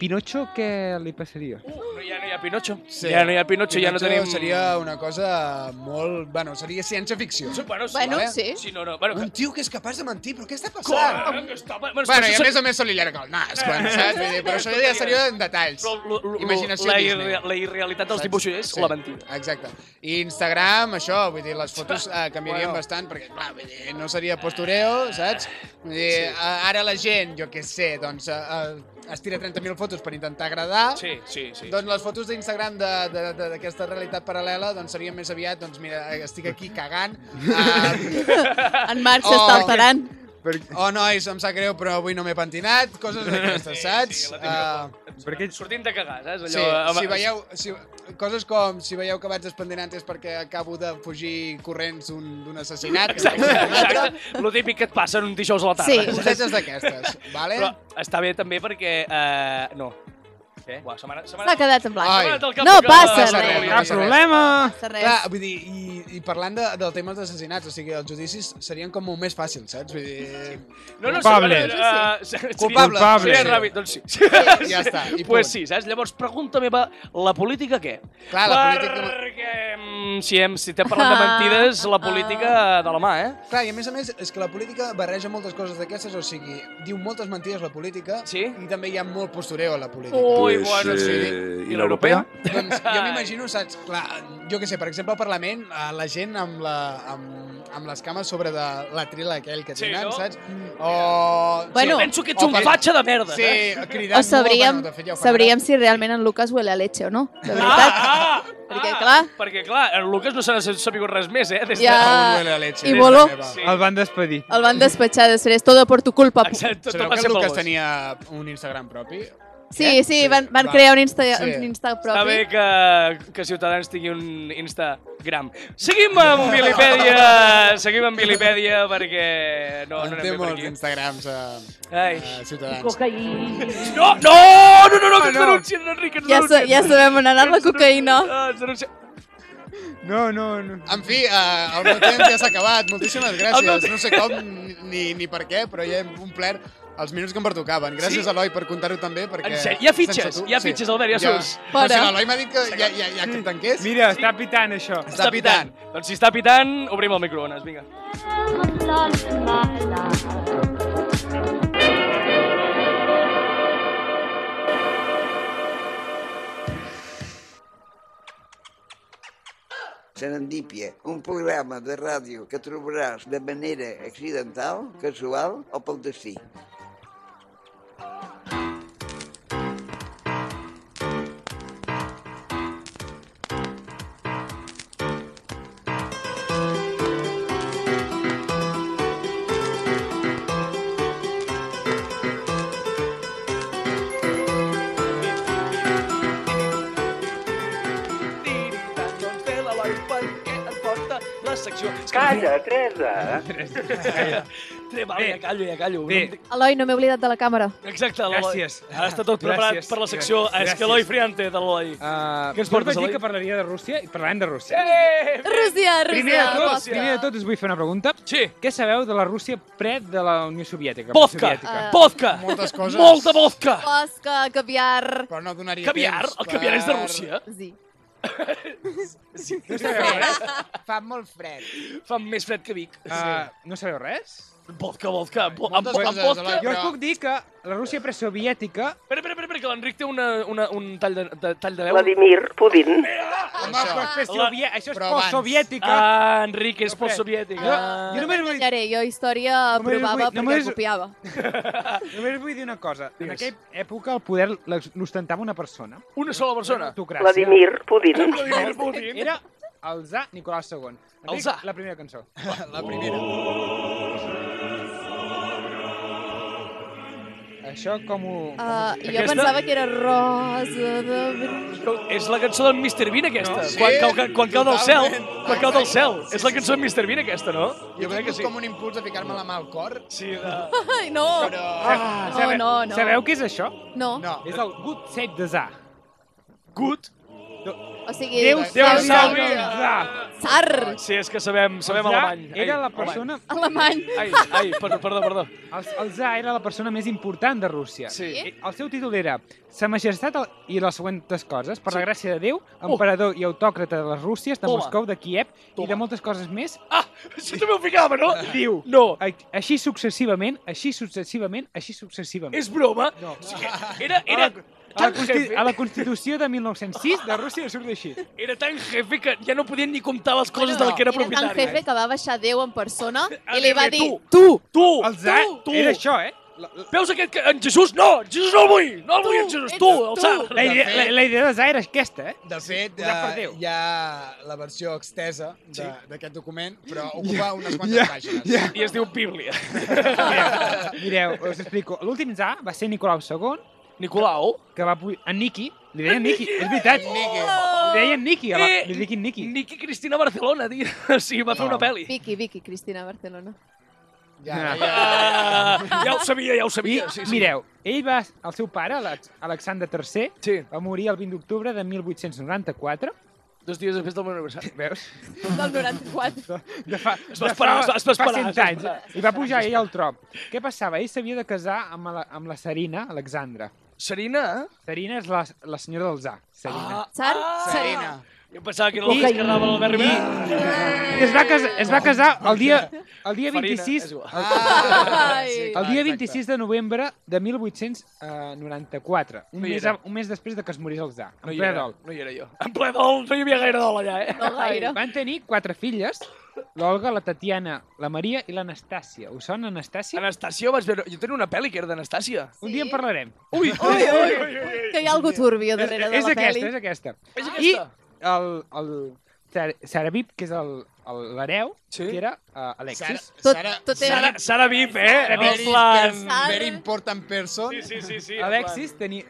S5: Pinocho, què li passaria?
S7: No, ja no hi ha Pinocho.
S6: Sí.
S7: Ja no hi ha Pinocho, ja no
S6: Pinocho
S7: tenim...
S6: Seria una cosa molt... Bueno, seria ciència-ficció.
S7: Bueno, sí.
S11: Bueno,
S7: vale.
S11: sí.
S7: Sí, no, no. Bueno,
S6: Un
S7: que...
S6: tio que és capaç de mentir, però què està passant?
S7: Com? Que està... Bueno,
S6: Bueno, i a
S7: això-
S6: més a més se li llarga el nas, quan, saps? Vull dir, però això ja seria en detalls.
S7: Però lo- lo- lo-
S6: Imaginació
S7: la,
S6: Disney.
S7: irre- la irrealitat dels
S6: Saps?
S7: dibuixos és la mentida.
S6: Exacte. I Instagram, això, vull dir, les fotos eh, canviarien bueno.
S7: Bueno.
S6: bastant, perquè, clar, vull dir, no seria postureo, saps? Vull dir, sí. ara la gent, jo què sé, doncs, eh, eh, es tira 30.000 fotos per intentar agradar,
S7: Sí, sí, sí.
S6: Doncs les fotos d'Instagram de- de- de- d'aquesta realitat paral·lela doncs serien més aviat, doncs mira, estic aquí cagant. Uh,
S11: En Marc
S6: Oh.
S11: s'està alterant.
S6: oh, nois, em sap greu, però avui no m'he pentinat. Coses d'aquestes, saps?
S7: Sí, la
S6: Uh,
S7: típica. Uh,
S5: perquè-
S7: Sortint de cagar, saps? Allò, eh,
S6: sí,
S7: amb-
S6: si veieu... Si, coses com, si veieu que vaig despendinant és perquè acabo de fugir corrents d'un d'un assassinat.
S7: Exacte, exacte. Lo típic que et passa en un dijous a la tarda.
S11: Sí.
S6: Cosetes d'aquestes, vale?
S7: Però està bé també perquè... Uh, no. Què? Uau, setmana, setmana...
S11: S'ha quedat en
S7: Ah,
S11: blanc.
S6: Ai.
S11: No passa
S6: res, no
S5: Cap
S6: passa res.
S5: problema!
S11: Passa res.
S6: Clar, vull dir, i, i parlant de, del tema dels assassinats, o sigui, els judicis serien com molt més fàcils, saps? Vull dir...
S7: No, no,
S5: Culpable.
S7: setmana, eh,
S6: Culpable.
S7: Seria,
S5: Sí.
S7: seria ràpid, doncs sí.
S6: ja està, i punt.
S7: pues sí, saps? Llavors, pregunta meva, la política què?
S6: Clar, Ah, la política...
S7: Perquè, mm, si, hem, si estem parlant de mentides, la política de la mà, eh?
S6: Clar, i a més a més, és que la política barreja moltes coses d'aquestes, o sigui, diu moltes mentides la política
S7: Sí? Oh,
S6: i també hi ha molt postureo a la política.
S7: Ui,
S12: Pues,
S7: bueno, sí.
S12: eh, i
S6: Doncs jo m'imagino, saps, clar, jo que sé, per exemple, al Parlament, eh, la gent amb, la, amb, amb les cames sobre de la trila aquell que
S7: Sí,
S6: tenen,
S7: no? Mm.
S6: saps? O...
S11: Bueno.
S6: sí,
S7: Penso que ets un
S6: per-
S7: fatxa de merda,
S6: Sí,
S7: eh?
S6: cridant
S11: O sabríem,
S6: molt, bueno, de fet, ja ho fan ara.
S11: sabríem si realment en Lucas huele a leche o no, de veritat.
S7: ah.
S11: Perquè, clar.
S7: Perquè, clar, en Lucas no se n'ha sabigut res més, eh? Des de...
S6: Aún
S11: Ja...
S6: huele a leche, eh,
S11: I
S6: des de
S11: voló.
S6: meva.
S7: Sí.
S5: El van despedir.
S11: El van despatxar després, todo por tu culpa. pu-
S7: Exacte, tot
S6: Sabeu
S7: va
S6: que
S7: ser
S6: el
S7: pel
S6: Lucas
S7: gos.
S6: tenia un Instagram propi?
S11: Sí, sí, van, van
S6: va.
S11: crear un Insta, un
S6: Sí.
S11: Insta
S7: Està bé
S11: propi.
S7: que, que Ciutadans tingui un Instagram. Seguim amb Vilipèdia, seguim amb Vilipèdia perquè no, no
S6: en té
S7: anem bé per
S6: molts
S7: aquí.
S6: Instagrams a,
S7: Ai.
S6: a Ciutadans.
S12: Cocaïna.
S7: No, no, no, no, no, que ens
S5: Ah, no.
S7: denuncien, Enric, que ens
S11: Ja, sa,
S7: denuncien.
S11: ja sabem on ha anat la cocaïna.
S7: Ah, ens denuncien.
S5: No, no, no.
S6: En fi, eh, el meu temps ja s'ha acabat. Moltíssimes
S7: meu
S6: gràcies.
S7: temps-
S6: No sé com ni, ni per què, però ja hem complert els minuts que em pertocaven. Gràcies,
S7: Sí?
S6: sí? Eloi, per contar-ho també. Perquè
S7: En sèrio? Hi ha fitxes,
S6: sense
S7: hi ha fitxes, Albert, ja surts. Mm.
S6: Però si
S11: Fora.
S6: l'Eloi m'ha dit que ja, ja, ja que tanqués,
S5: Mira, està pitant això.
S6: està pitant.
S7: Doncs si està pitant, obrim el microones, vinga.
S2: Serendípia, un programa de ràdio que trobaràs de manera accidental, casual o pel destí.
S7: Tiritant, doncs ve l'Eloi perquè et porta la secció. És que...
S12: Teresa.
S7: Treballa, ja callo, ja callo.
S5: Bé.
S7: No em dic-
S11: Eloi, no m'he oblidat de la càmera.
S7: Exacte, l'Eloi.
S5: Gràcies.
S7: Ara està tot preparat
S5: Gràcies.
S7: per la secció.
S5: Gràcies.
S7: És que Eloi Friante, de l'Eloi.
S5: Uh,
S7: Què
S5: jo
S7: ens Eh, portes,
S5: vaig dir
S7: Eloi?
S5: que parlaria de Rússia i parlant de Rússia.
S7: Eh!
S11: Rússia,
S5: Primer de,
S11: Rússia,
S5: tot,
S7: Rússia.
S5: primer de tot us vull fer una pregunta.
S7: Sí.
S5: Què sabeu de la Rússia pre de la Unió Soviètica?
S7: Vodka,
S5: Soviètica?
S11: Ah.
S7: vodka,
S6: Moltes coses.
S7: molta vodka.
S11: Bosca, caviar...
S6: Però no donaria
S7: Caviar,
S6: temps
S7: el caviar és de Rússia.
S11: Sí.
S6: Eh, No sabeu res? Fa molt fred.
S7: Fa més fred que Vic.
S5: Uh, no sabeu res?
S7: Vodka, vodka, amb, amb,
S6: Moltes
S7: amb
S6: coses,
S7: vodka.
S6: Eloi.
S5: Jo us
S6: Però-
S5: puc dir que la Rússia presoviètica...
S7: Espera, espera, espera, espera, que l'Enric té una, una, un tall de, de, tall de veu.
S12: Vladimir Putin.
S6: Home,
S5: Això,
S6: però...
S5: això és
S6: però abans.
S5: postsoviètica.
S7: Ah, Enric, és
S5: No,
S7: postsoviètica.
S5: Jo,
S7: Ah.
S5: jo només, vull,
S11: Callaré, jo història
S5: Només
S11: provava
S5: vull-
S11: perquè
S5: només-
S11: copiava.
S6: Ah.
S5: només vull dir una cosa. En
S7: Digues.
S5: aquella època el poder l'ex- l'ostentava una persona.
S7: Una sola persona.
S5: Autocràcia.
S12: Vladimir Putin.
S7: Vladimir Putin.
S5: Era el Tsar Nicolás II. Enric,
S7: El tsar.
S5: La primera cançó.
S6: La primera.
S5: Això com ho...
S6: Ah.
S11: Uh, jo
S7: Aquesta-
S11: pensava que era rosa de... br-
S7: És la cançó del Mr. Bean, aquesta.
S6: No, sí,
S7: quan, cau, quan, quan cau del cel.
S6: totalment.
S7: Quan cau del cel.
S6: Sí,
S7: és la
S6: sí,
S7: cançó del Mr. Bean, aquesta, no?
S6: Jo crec que sí. com un impuls de ficar-me la mà al cor,
S7: Sí, de...
S11: Ai, no!
S6: però...
S7: Oh,
S5: Ah, sabeu,
S11: no, no.
S5: sabeu què és això?
S11: No.
S6: No.
S5: És el Good Save the Tsar.
S7: Good.
S11: O sigui...
S5: Déu,
S6: Déu
S5: Déu salvi
S6: salvi
S5: el
S6: el
S5: Tsar.
S11: Sar!
S7: Sí, és que sabem, sabem
S5: El tsar
S7: alemany. Ai,
S5: Era la
S7: alemany.
S5: persona,
S11: Alemany.
S7: Ai, ai, perdó, perdó, perdó.
S5: el, el tsar era la persona més important de Rússia.
S7: Sí.
S5: I El seu títol era Sa Majestat el- i les següents coses, per
S7: Sí.
S5: la gràcia de Déu,
S7: Oh.
S5: emperador i autòcrata de les Rússies, de
S7: Toma.
S5: Moscou, de Kiev
S7: Toma.
S5: i de moltes coses més,
S7: Ah, això també ho ficava, no?
S5: diu
S7: No,
S5: "A- així successivament, així successivament, així successivament.
S7: és broma.
S5: No.
S7: Sí, era,
S5: A la,
S7: era,
S5: a, la
S7: tan
S5: Consti-
S7: jefe,
S5: a la Constitució de 1906 de Rússia surt així.
S7: era tan jefe que ja no podien ni comptar les coses de la que era
S11: Era tan
S7: propietari.
S11: jefe que va baixar Déu en persona i li
S7: Arriba,
S11: va dir...
S7: tu, tu,
S5: El tsar
S7: tu,
S5: era això, eh? La,
S7: Veus aquest que... En Jesús, no! en Jesús no el vull! No el vull, en
S11: Tu,
S7: Jesús!
S11: ets
S7: Tu,
S11: tu.
S7: el tsar!
S5: la, idea, la, la idea de tsar era aquesta, eh?
S6: De fet,
S5: Posat per
S6: eh,
S5: Déu.
S6: hi ha la versió extesa de- d'aquest document, però ocupa unes
S5: ja,
S6: quantes pàgines.
S7: I es diu Bíblia.
S5: Mireu, us explico. L'últim tsar va ser Nicolau II,
S7: Nicolau.
S5: que va pujar... En Niki, li deien Niki, és veritat.
S6: Niki.
S5: Li deien Niki, a la, li deien Niki.
S7: Niki Cristina Barcelona, tio. Sí, va fer una pel·li.
S11: Vicky, Vicky, Cristina Barcelona.
S6: Ja,
S5: Ja.
S6: ja,
S7: Ah, ja ho sabia, ja ho
S5: I,
S7: sabia. Sí, sí.
S5: mireu, ell va... El seu pare, Alex- Alexandre III,
S7: Sí,
S5: va morir el 20 d'octubre de 1894.
S7: dos dies després del meu aniversari.
S5: Veus?
S11: Del 94.
S5: De fa,
S7: va esperar, es va- es va
S5: fa 100
S7: esperar, es va
S5: anys.
S7: esperar.
S5: I va pujar ell al trop. Què passava? Ell s'havia de casar amb la, amb la Sarina, Alexandra.
S7: Serina, eh?
S5: Sarina és la, la senyora del Zà,
S7: Ah.
S5: Sarina.
S11: Sar?
S6: Serena.
S7: Jo pensava que era la que escarrava l'Albert Rivera.
S5: I es va casar, es va casar el dia, el dia
S7: Farina,
S5: 26...
S7: és igual.
S5: el-
S6: Ah,
S11: Ai.
S6: sí, clar,
S5: El dia
S6: exacte.
S5: 26 de novembre de 1894, un,
S7: No hi
S5: mes,
S7: era.
S5: a- un mes després de que es morís el Zà,
S7: No
S5: en
S7: hi
S5: ple
S7: era,
S5: dol.
S7: no hi era jo. En ple dol, no hi havia gaire dol allà, eh?
S11: No gaire.
S5: Van tenir quatre filles, l'Olga, la Tatiana, la Maria i l'Anastàcia. Us sona Anastàcia?
S7: Anastàcia, vas veure... Jo tenia una pel·li que era d'Anastàcia.
S5: Un dia en parlarem.
S7: Ui, ui, ui, ui.
S11: Que hi ha algú turbio
S5: És,
S11: darrere de
S5: és
S11: la
S5: aquesta,
S11: pel·li.
S5: és aquesta. I
S7: És aquesta.
S5: el, el Sar- Sarabip, que és el- el- l'hereu,
S7: Sí.
S5: que era uh, Alexis.
S6: Sara-
S11: Tot,
S6: Sara-
S11: tot era...
S7: Sara, Sara Vip, eh? En
S6: Very,
S7: plan...
S6: very important person.
S7: Sí, sí, sí. sí en
S5: Alexis tenia,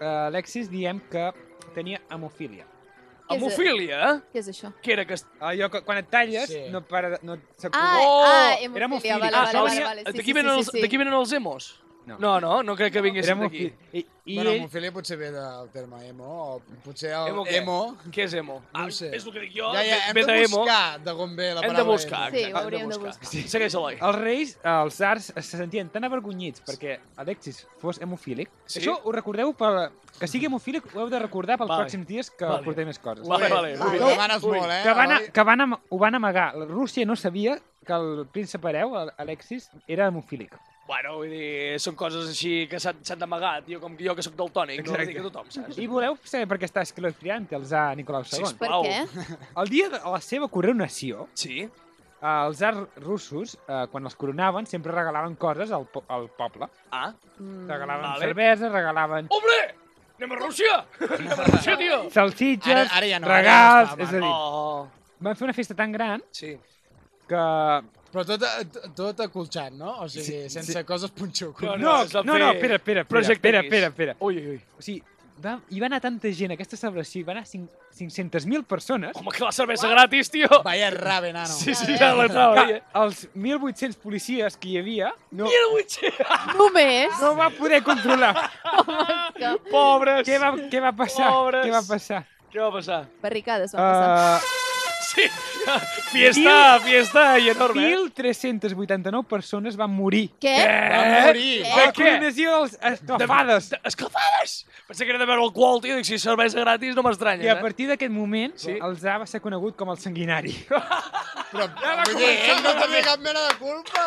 S5: eh, Alexis diem que tenia hemofília.
S11: Què és-
S7: Hemofília?
S11: Què és això?
S7: eh? Que era que...
S5: Ah, jo, que- quan et talles,
S7: Sí.
S5: sí. no para de... No
S11: Ah,
S7: Oh!
S11: ah,
S5: Era
S11: hemofília,
S5: hemofília.
S11: vale, vale, vale, vale. Sí,
S7: D'aquí
S11: sí,
S7: venen,
S11: sí,
S7: els-
S11: sí, sí.
S7: d'aquí venen els emos?
S5: No.
S7: No, no, no crec que vinguessin d'aquí.
S5: I, i
S6: bueno,
S5: ell-
S6: hemofilia potser ve del terme emo, o potser el
S7: Emo
S6: emo...
S7: què?
S6: emo.
S7: Què és emo? Ah,
S6: No ho sé.
S7: És el que dic jo,
S6: ja, ja,
S7: ve-
S6: hem
S7: ve
S6: de
S7: d'emo.
S6: buscar d'on ve la
S7: Hem
S6: paraula Ah,
S7: de buscar,
S11: Sí,
S7: exacte,
S11: ho hauríem de buscar.
S7: Sí. Segueix, Eloi.
S5: els reis, eh, els arts, se sentien tan avergonyits perquè Alexis fos hemofílic.
S7: Sí.
S5: Sí. Això ho recordeu per... Que sigui hemofílic ho heu de recordar pels
S7: Vale.
S5: pròxims dies que
S7: Vale.
S5: vale. portem més coses.
S7: Vale, vale.
S6: Ui,
S7: Ui.
S6: demanes
S7: Ui.
S6: molt, eh?
S5: Que, van, a,
S6: Eloi?
S5: que van am ho van amagar. La Rússia no sabia que el príncep hereu, el- Alexis, era hemofílic.
S7: Bueno, vull dir, són coses així que s'han s'han d'amagar, tio, com que jo que sóc daltònic, no ho dic a tothom, saps?
S5: I voleu saber per què està esclofriant els a Nicolau II?
S7: Sisplau.
S11: Per
S7: Uau.
S11: què?
S5: El dia de la seva coronació,
S7: Sí?
S5: eh, els arts russos, eh, quan els coronaven, sempre regalaven coses al, po al poble.
S7: Ah?
S11: Mm.
S5: Regalaven
S7: Vale.
S5: vale. cervesa, regalaven
S7: Hombre! Anem a Rússia! Anem a Rússia, tio!
S5: salsitxes,
S6: Ara- ara ja no, ara
S5: regals...
S6: ja no es fa,
S5: és a dir,
S7: Oh,
S5: van fer una festa tan gran
S7: sí.
S5: que...
S6: Però tot, eh, tot acolxant, no? O sigui,
S5: Sí,
S6: sense coses punxuc.
S7: No,
S5: No,
S7: es va
S5: no, no,
S7: fer
S5: espera, espera, espera,
S7: Project
S5: espera,
S7: X.
S5: espera, espera.
S7: Ui, ui, ui.
S5: O sigui, va, hi va anar tanta gent a aquesta celebració, hi van anar cinc- 500.000 persones,
S7: Home, que la cervesa gratis, tio!
S6: Vaya rave, nano.
S7: Sí, sí, ja la trava,
S5: que
S7: ja.
S5: els 1.800 policies que hi havia no,
S7: Mira, butxer!
S11: Només?
S5: no va poder controlar.
S7: Pobres!
S5: què, va, què va passar?
S7: Pobres.
S5: Què va passar?
S7: Què va passar?
S11: Barricades
S7: Ah.
S11: van passar.
S5: Uh,
S7: Sí! Fiesta, fiesta i enorme, eh?
S5: 1.389 persones van morir.
S11: Què?
S6: Van morir.
S7: Eh?
S5: La
S7: Per què?
S5: coronació dels estofades.
S7: De- Esclafades! Pensava que era de veure alcohol, tio. Dic, si cervesa gratis no m'estranya,
S5: I a
S7: eh?
S5: partir d'aquest moment,
S7: Sí.
S5: sí. el Zà va ser conegut com el sanguinari.
S6: Però, vull dir, ell no tenia cap mena de culpa.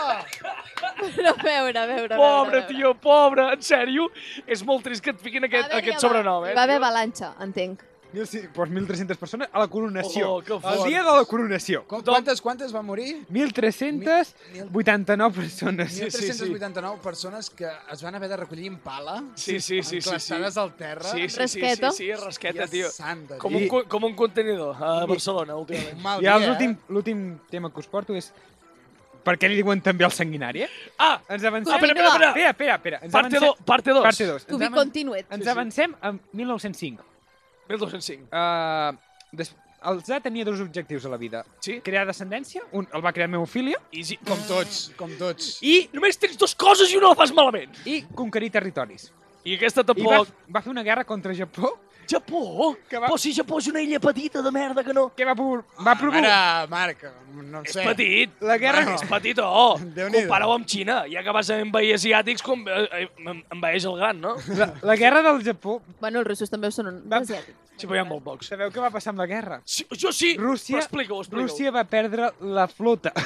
S11: Però a veure, a veure. a veure, a
S7: Pobre,
S11: veure.
S7: tio, pobre, en sèrio. És molt trist que et fiquin
S11: Va
S7: aquest,
S11: haver-hi
S7: aquest
S11: ava-
S7: sobrenom, eh?
S11: Hi va haver avalanxa, entenc.
S5: Mil ci- Doncs 1.300 persones a la coronació.
S7: Oh, que
S5: el
S7: fort.
S5: dia de la coronació.
S6: Qu-
S7: Doncs-
S6: Quantes, quantes van morir?
S5: 1.389 persones.
S7: Sí, sí, sí.
S6: 1.389 persones que es van haver de recollir amb pala,
S7: Sí, sí, sí, sí, sí.
S6: enclastades al terra.
S7: Sí, sí, sí,
S11: Rasqueta.
S7: sí, sí, rasqueta,
S6: Dia
S7: tio.
S6: Santa,
S7: Com
S6: tio.
S7: un, co- com un contenidor a Barcelona, últimament.
S6: Mal
S5: I ara
S6: dia,
S7: eh?
S5: l'últim- l'últim tema que us porto és... Per què li diuen també el sanguinari, eh?
S7: Ah!
S5: Ens avancem...
S7: Espera, espera, espera.
S5: Espera, espera, espera. Ens
S7: Parte 2,
S5: avancem...
S7: parte 2.
S5: Parte 2.
S11: Tu vi continuet.
S5: Ens avancem a 1905.
S7: 1205.
S5: Uh, des... El Zà tenia dos objectius a la vida.
S7: Sí.
S5: Crear descendència, un el va crear meofília,
S7: I si...
S6: Com tots, com tots.
S5: i,
S7: Només tens dues coses i una la fas malament.
S5: i conquerir territoris.
S7: I
S5: I
S7: aquesta
S5: va,
S7: tampoc.
S5: va fer una guerra contra Japó,
S7: Japó?
S5: Que
S7: Va...
S5: va-
S7: Però si Japó és una illa petita de merda que no...
S5: que va, pro- va provocar...
S6: Mare, Marc, no en
S7: És
S6: sé.
S7: petit.
S5: La guerra-
S7: Bueno, és petit, oh.
S6: Déu-n'hi-do.
S7: Compara-ho amb Xina. Ja que vas a envair asiàtics, com... eh, em- envaeix el gran, no?
S5: La, la guerra del Japó,
S11: Bueno, els russos també ho són un...
S5: Va-
S11: asiàtics.
S7: Sí, però hi ha molt pocs.
S5: sabeu què va passar amb la guerra?
S7: Sí, jo sí,
S5: Rússia,
S7: però explica-ho, explica
S5: Rússia va perdre la flota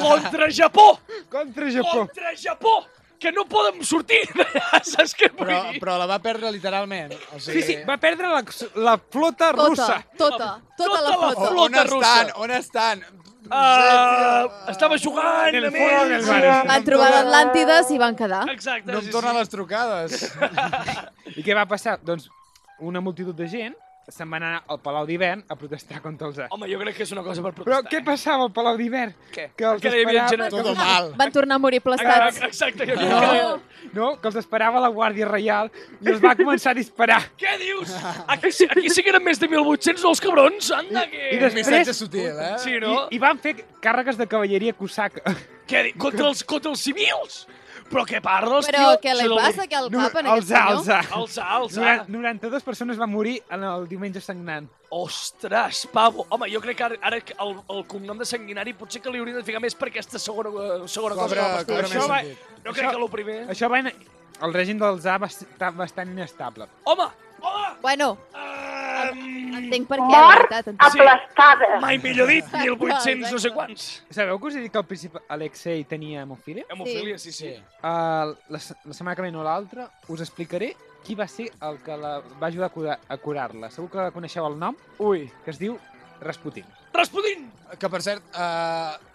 S7: Contra Japó!
S5: contra Japó.
S7: Contra Japó! Que no podem sortir d'allà, saps què vull
S6: Però,
S7: dir?
S6: però la va perdre literalment. O
S5: Sí,
S6: sigui,
S5: sí, va perdre la, la flota
S11: Tota,
S5: russa.
S11: tota, tota la
S7: Tota la
S11: flota.
S7: flota.
S6: on estan?
S7: russa.
S6: On estan?
S7: Ah, estava jugant
S5: En el
S7: amb
S5: fondo del
S7: ells.
S5: mar.
S11: Van trobar
S7: Tota
S11: l'Atlàntides i van quedar.
S7: Exacte,
S6: No em
S7: sí,
S6: tornen
S7: sí.
S6: les trucades.
S5: I què va passar? Doncs una multitud de gent se'n va anar al Palau d'Hivern a protestar contra els arts.
S7: Home, jo crec que és una cosa per
S5: Però
S7: protestar. eh?
S5: què passava al Palau d'Hivern?
S7: Què?
S5: Que els
S7: Que hi havia gent
S5: esperava...
S7: a
S6: Todo mal.
S11: Van tornar a morir plastats.
S7: Exacte, exacte. Jo crec que...
S11: No.
S5: No, que els esperava la Guàrdia Reial i els va començar a disparar.
S7: Què dius? Aquí, sí- aquí sí que eren més de 1.800, no, els cabrons? Anda, que...
S5: I després-
S6: Missatge sutil, eh?
S7: Sí,
S5: I,
S7: no? I,
S5: I van fer càrregues de cavalleria cosaca.
S7: i... Què dius? Contra els, contra els civils? Però què parles,
S11: Però
S7: tio?
S11: què li
S7: Són el-
S11: passa que al
S5: No,
S11: cap en
S5: els
S11: aquest
S5: A,
S11: senyor?
S5: els A.
S7: Alça, alça.
S5: Noran- 92 persones van morir en el diumenge sagnant.
S7: Ostres, pavo. Home, jo crec que ara, ara el, el cognom de sanguinari potser que li haurien de ficar més per aquesta segona, eh, segona cosa.
S6: Cobra,
S7: que va passar.
S6: cobra
S7: Això
S6: més
S7: va-
S6: sentit.
S7: No crec que el primer...
S5: Això va... en- El règim del Zà va estar bastant inestable.
S7: Home! Home!
S11: Bueno,
S7: Um...
S11: entenc per què, la veritat. Entenc.
S12: Aplastada.
S7: Mai millor dit, 1.800 no sé quants.
S5: Sabeu que us he dit que al principi Alexei tenia hemofília?
S7: Hemofília, sí, sí.
S5: Uh, la, se- la setmana que ve no l'altra us explicaré qui va ser el que la va ajudar a curar- a curar-la. Segur que coneixeu el nom,
S7: Ui.
S5: que es diu Rasputin.
S7: Rasputin!
S6: Que, per cert, eh,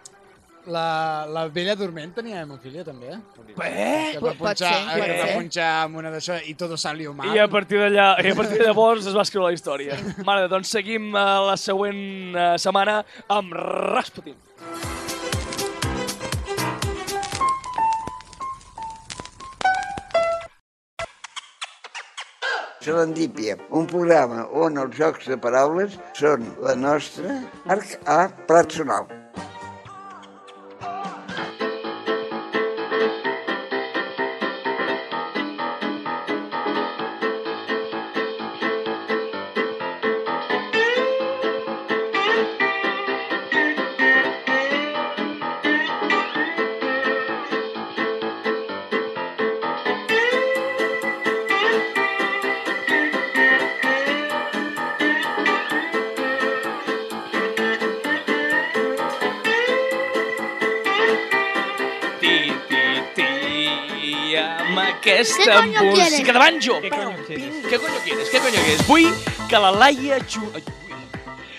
S6: la, la vella dorment tenia hemofilia, també.
S7: Bé!
S6: Que va
S11: Pot- pot
S6: punxar,
S11: ser,
S6: que
S7: pot
S6: va
S7: ser.
S6: punxar amb una d'això i tot salió mal.
S7: I a partir d'allà, i a partir de llavors es va escriure la història. Mare, doncs seguim eh, la següent eh, setmana amb Rasputin.
S2: Serendípia, un programa on els jocs de paraules són la nostra arc a Prat Sonal.
S7: Ti, ti, ti, amb
S13: ¿Qué
S7: aquesta
S13: coño quieres?
S7: música de banjo.
S13: ¿Qué
S7: coño quieres? Què coño quieres? Què coño quieres? Vull que la Laia Ju... ai,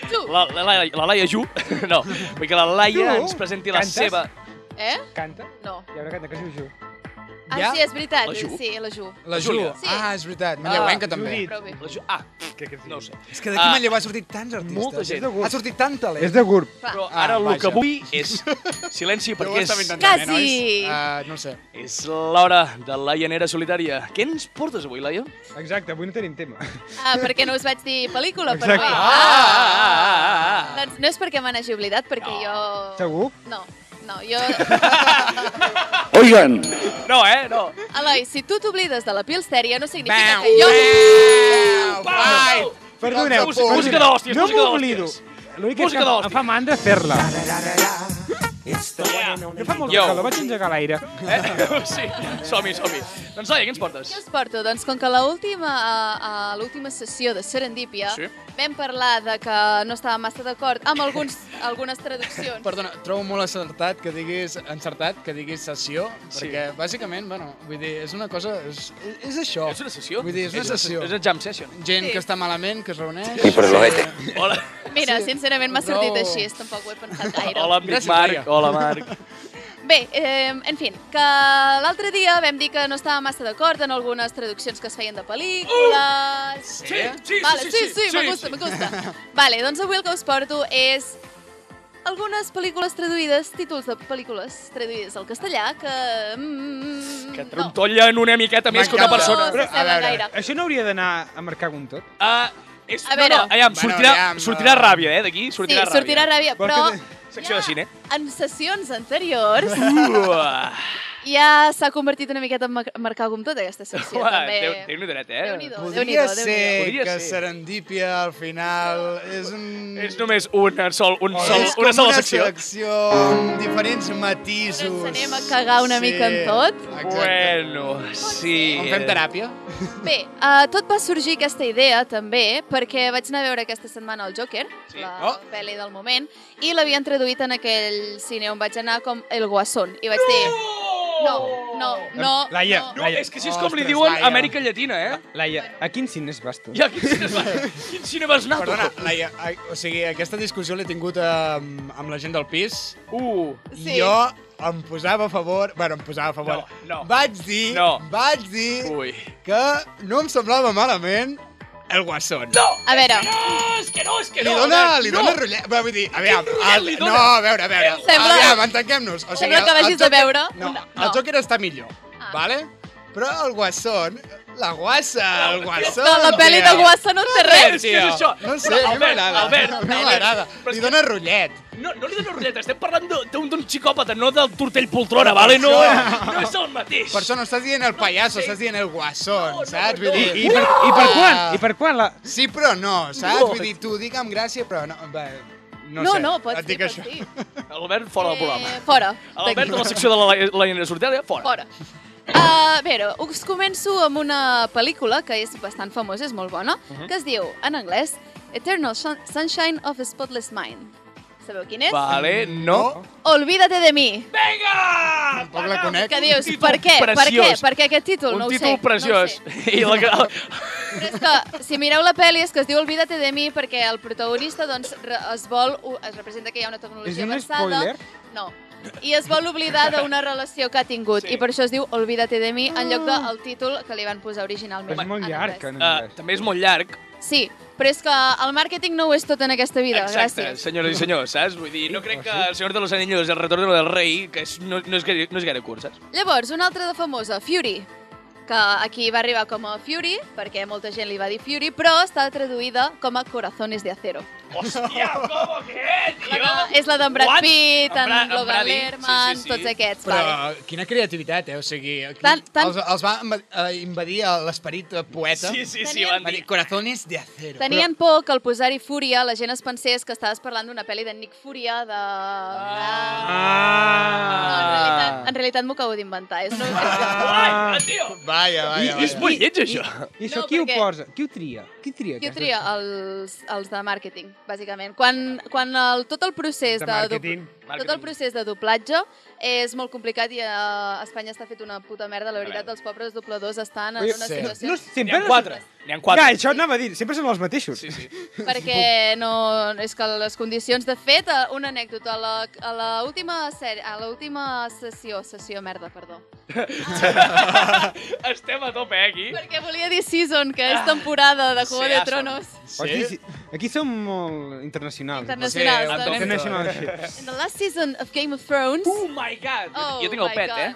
S7: vull- La, la, la, la Laia Ju... No, vull que la Laia
S5: Tu?
S7: ens presenti la
S5: Cantes?
S7: seva...
S8: Eh?
S5: Canta?
S8: No.
S5: Hi haurà canta que es diu Ju.
S8: Ah,
S5: Ja?
S8: sí, és veritat.
S5: La Ju?
S8: Sí, la Ju.
S6: La Ju.
S8: Sí.
S6: Ah, és veritat. Manlleuenca,
S8: Ah,
S6: també.
S8: Judit. Prou bé.
S7: La Ju... Ah, que, que, no ho sé.
S6: És que d'aquí a Manlleu ha sortit tants artistes.
S7: Ah, molta gent.
S6: És de gust. Ha sortit tant talent.
S5: És de gurb.
S7: Però
S5: Ah,
S7: ara el
S6: vaja.
S7: que vull és... Silenci,
S6: ho
S7: perquè és...
S6: estava intentant, eh, Quasi. nois?
S7: no sé. És l'hora de la llanera solitària. Què ens portes avui, Laia?
S5: Exacte, avui no tenim tema.
S8: Ah, perquè no us vaig dir pel·lícula, però
S5: Exacte.
S8: bé.
S5: Ah!
S8: Doncs no és perquè me n'hagi oblidat, perquè jo...
S5: Segur?
S8: No, no, jo...
S2: Oigan!
S7: No, eh? No.
S8: Eloi, si tu t'oblides de la pil sèria, no significa que jo...
S6: Ai!
S5: Perdoneu,
S6: Música- música
S5: perdoneu.
S6: d'hòsties,
S5: No
S6: música d'hòsties.
S5: m'oblido. L'únic que,
S6: Música
S5: em fa- em
S6: d'hòsties.
S5: fa mandra fer-la. Que fa molta calor, vaig engegar l'aire.
S7: Eh? Sí, som-hi, som-hi. Doncs, Laia, què ens portes?
S8: Què us porto? Doncs com que a l'última a- a l'última sessió de Serendípia
S7: Sí.
S8: vam parlar de que no estava massa d'acord amb alguns, algunes traduccions.
S6: Perdona, trobo molt acertat que diguis encertat, que diguis sessió,
S7: Sí.
S6: perquè bàsicament, bueno, vull dir, és una cosa, és, és això. És
S7: una sessió?
S6: Vull dir, és una
S7: És una-
S6: sessió.
S7: és una jam session.
S6: Gent
S8: Sí.
S6: que està malament, que es reuneix...
S7: I per l'ojete. Hola.
S8: Mira, sincerament m'ha
S6: Bravo.
S8: sortit així, tampoc ho he pensat gaire.
S7: Hola, amic
S6: Gràcies,
S7: Marc.
S6: Laia.
S7: Hola, Marc.
S8: Bé, eh, en fi, que l'altre dia vam dir que no estava massa d'acord en algunes traduccions que es feien de pel·lícules...
S7: sí, sí, Oh! sí,
S8: vale,
S7: sí,
S8: sí,
S7: sí, sí,
S8: me gusta,
S7: sí.
S8: me gusta. Vale, doncs avui el que us porto és algunes pel·lícules traduïdes, títols de pel·lícules traduïdes al castellà que... Mm,
S7: Que trontollen una miqueta més que una
S8: M'encanta.
S7: persona.
S8: No, s'assembla
S5: a veure,
S8: gaire.
S5: això no hauria d'anar a marcar un tot?
S7: Ah, és...
S8: A veure.
S7: No, no, aviam,
S5: Bueno,
S7: sortirà,
S5: aviam,
S7: sortirà
S5: eh.
S7: ràbia, eh, d'aquí?
S8: sí,
S7: Sortirà ràbia.
S8: sortirà ràbia,
S7: Vols
S8: però
S7: que te- Secció de cine.
S8: en sessions anteriors
S7: Uah.
S8: ja s'ha convertit una miqueta en mar- marcar com tot aquesta sessió.
S7: Uah,
S8: també.
S7: Déu- Déu-n'hi donet, eh?
S8: Déu-n'hi-do,
S6: Podria
S8: Déu-n'hi-do,
S6: ser
S8: Déu-n'hi-do.
S7: Podria
S6: que
S7: ser.
S6: Serendípia al final és un...
S7: És només una, sol, un sol,
S6: és com
S7: una sola
S6: una
S7: secció.
S6: selecció amb diferents matisos. Ens
S8: anem a cagar una mica en tot?
S7: Bueno, sí.
S6: On fem teràpia?
S8: Bé, uh, tot va sorgir aquesta idea també perquè vaig anar a veure aquesta setmana el Joker, sí. la oh. pel·li del moment, i l'havien traduït en aquell cine on vaig anar com El Guasón. I vaig dir... No, no, no.
S5: Laia,
S8: Oh, no.
S5: Laia.
S7: és que així és com li diuen
S5: Laia.
S7: Amèrica Llatina, eh?
S5: Laia, a quin cines vas tu?
S7: Ja, quin cine vas, quin cine vas anar, tu?
S6: Perdona, Laia, ai, o sigui, aquesta discussió l'he tingut amb, amb la gent del pis.
S7: Uh,
S8: Sí.
S6: Jo em posava a favor... Bueno, em posava a favor.
S7: No, no.
S6: Vaig dir,
S7: No.
S6: vaig dir
S7: Ui.
S6: que no em semblava malament el guasson.
S8: A veure,
S7: És que no, és que
S6: Li
S7: no.
S6: dona,
S7: Albert,
S6: li
S7: no.
S6: dona rotllet. Bé, vull dir, aviam, el,
S7: li dona?
S6: no, a veure, a veure.
S8: Sembla-
S6: Aviam, entenquem-nos. O sigui,
S8: sembla que
S6: el- el
S8: vagis a
S6: Joker-
S8: veure... Ah.
S6: No,
S8: una-
S6: el Joker està millor, vale? Però el guasson, la guassa, el guasson...
S8: No, la pel·li de
S6: tio.
S8: Guassa no té res.
S6: tio.
S7: és això?
S6: No sé,
S7: Però,
S6: a mi
S7: Albert,
S6: m'agrada.
S7: Albert,
S6: A mi
S7: Albert,
S6: m'agrada.
S7: però és
S6: Li
S7: que-
S6: dona rotllet.
S7: No, no li dono ruleta, estem parlant d'un- d'un d'un psicòpata, no del tortell poltrona, vale? No, no és el mateix.
S6: Per això no estàs dient el pallasso, estàs dient el guasson, saps? Vull dir...
S5: I, i,
S8: Uh!
S5: per, I per quan? I per quan la...
S6: Sí, però no, saps?
S5: No.
S6: Vull dir, tu digue'm gràcia, però no... Bé, no,
S8: No,
S6: sé.
S8: no, pots
S6: Et
S8: dir,
S6: dic
S8: pots
S6: això.
S8: dir.
S7: Albert, fora del programa.
S8: Eh, fora.
S7: Albert, de la secció de la Laia- la Llanera Solitària, fora.
S8: Fora. Uh, a veure, us començo amb una pel·lícula que és bastant famosa, és molt bona, uh
S7: Mhm.
S8: -huh. que es diu, en anglès, Eternal Sun Sunshine of a Spotless Mind. Sabeu quin és?
S7: Vale, no.
S8: Olvídate de mi.
S6: Tampoc la conec.
S8: Que dius, per què? Per què?
S7: preciós.
S8: Per què aquest títol?
S7: Un
S8: no ho
S7: títol
S8: sé.
S7: preciós. I la, que-
S8: Però és que, si mireu la pel·li, és que es diu Olvídate de mi perquè el protagonista doncs, re- es vol, es representa que hi ha una
S5: És
S8: tecnologia
S5: un
S8: avançada.
S5: spoiler?
S8: No. I es vol oblidar d'una relació que ha tingut. Sí. I per això es diu Olvídate de mi, en lloc del títol que li van posar originalment.
S5: És molt
S8: en
S5: llarg, en
S7: Eh,
S5: anglès.
S7: també és molt llarg.
S8: Sí, però és que el màrqueting no ho és tot en aquesta vida,
S7: Exacte,
S8: gràcies.
S7: senyores i senyors, saps? Vull dir, no crec que El Senyor de los Anillos, El Retorn del Rei, que és, no, no, és gaire, no és gaire curt, saps?
S8: Llavors, una altra de famosa, Fury. que aquí va arribar com a Fury, perquè molta gent li va dir Fury, però està traduïda com a Corazones de Acero.
S7: Hòstia, com que,
S8: La que és la d'en Brad
S7: What?
S8: Pitt, en,
S7: En Brad- en
S8: Logan
S7: Brady.
S8: Lerman,
S7: Sí, sí, sí.
S8: tots aquests.
S6: Però
S8: vale.
S6: quina creativitat, eh? O sigui, aquí
S8: Tant- tant-
S6: Els, els va inv- eh, invadir l'esperit eh, poeta.
S7: Sí, sí, sí, van
S6: Va dir, corazones de acero.
S8: Tenien por que al posar-hi Fúria la gent es pensés que estaves parlant d'una pel·li de Nick Fúria, de...
S7: Ah!
S8: En realitat m'ho acabo d'inventar. És, no,
S7: Ah, tio!
S6: Vaja, vaja,
S5: I-
S6: vaja.
S5: és molt
S7: lleig, això.
S5: I això
S8: No,
S5: qui ho
S8: perquè-
S5: posa? Qui ho tria? Qui tria?
S8: Qui ho
S5: aquestes-
S8: tria? Els, els de màrqueting, bàsicament. Quan, quan el, tot el procés
S5: De
S8: de,
S5: màrqueting.
S8: tot el procés de doblatge és molt complicat i a Espanya està fet una puta merda. La veritat, els pobres dobladors estan en
S5: Ui,
S8: una
S5: sí.
S8: situació...
S5: No, sempre
S7: N'hi ha quatre. N'hi ha quatre.
S5: Ja, això anava a dir, sempre són els mateixos. Sí,
S7: sí.
S8: perquè no, és que les condicions... De fet, eh, una anècdota, a la, a la última, sèrie, a la última sessió, sessió, merda, perdó,
S7: Estem a tope, eh, aquí.
S8: perquè volia dir season, que és temporada de Juego
S7: sí,
S8: de
S7: ah,
S8: Tronos.
S5: Però Aquí, sí- aquí som molt internacionals.
S8: Internacionals, Sí, doncs.
S5: internacionals. sí.
S8: In the last season of Game of Thrones... Oh
S7: my god!
S8: Oh
S7: jo tinc el
S8: my
S7: pet, eh?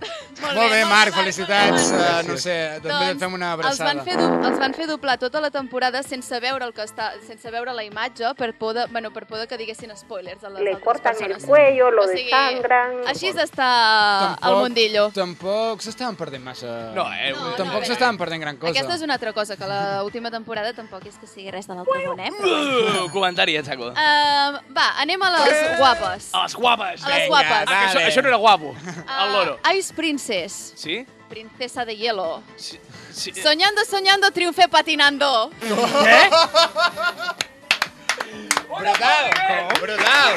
S8: Molt,
S6: Molt bé, Marc,
S8: molt
S6: felicitats.
S8: molt bé.
S6: eh, no sé, també et fem una abraçada.
S8: Els van, fer, du- els van fer doblar tota la temporada sense veure el que està, sense veure la imatge per por de, bueno, per por de que diguessin spoilers. A les
S12: Le
S8: altres
S12: cortan el
S8: persones.
S12: cuello, lo
S8: O sigui,
S12: desangran.
S8: Així està el Ah, mundillo.
S6: Tampoc s'estaven perdent massa...
S7: No, eh, vull dir-
S6: tampoc
S8: no,
S6: s'estaven perdent gran cosa.
S8: Aquesta és una altra cosa, que la última temporada tampoc és que sigui res de l'altre món, eh? Però...
S7: Uh, comentari, eh, Chaco.
S8: Uh, va, anem a les guapes.
S7: A Ah, les guapes.
S8: A les
S7: Vinga,
S8: guapes.
S7: va, que això,
S6: Vale.
S7: això no era guapo.
S8: Ah.
S7: El loro.
S8: Ice Princess,
S7: Sí?
S8: princesa de hielo.
S7: Sí. sí.
S8: Soñando, soñando, triunfé patinando.
S7: Eh?
S6: Brutal, brutal.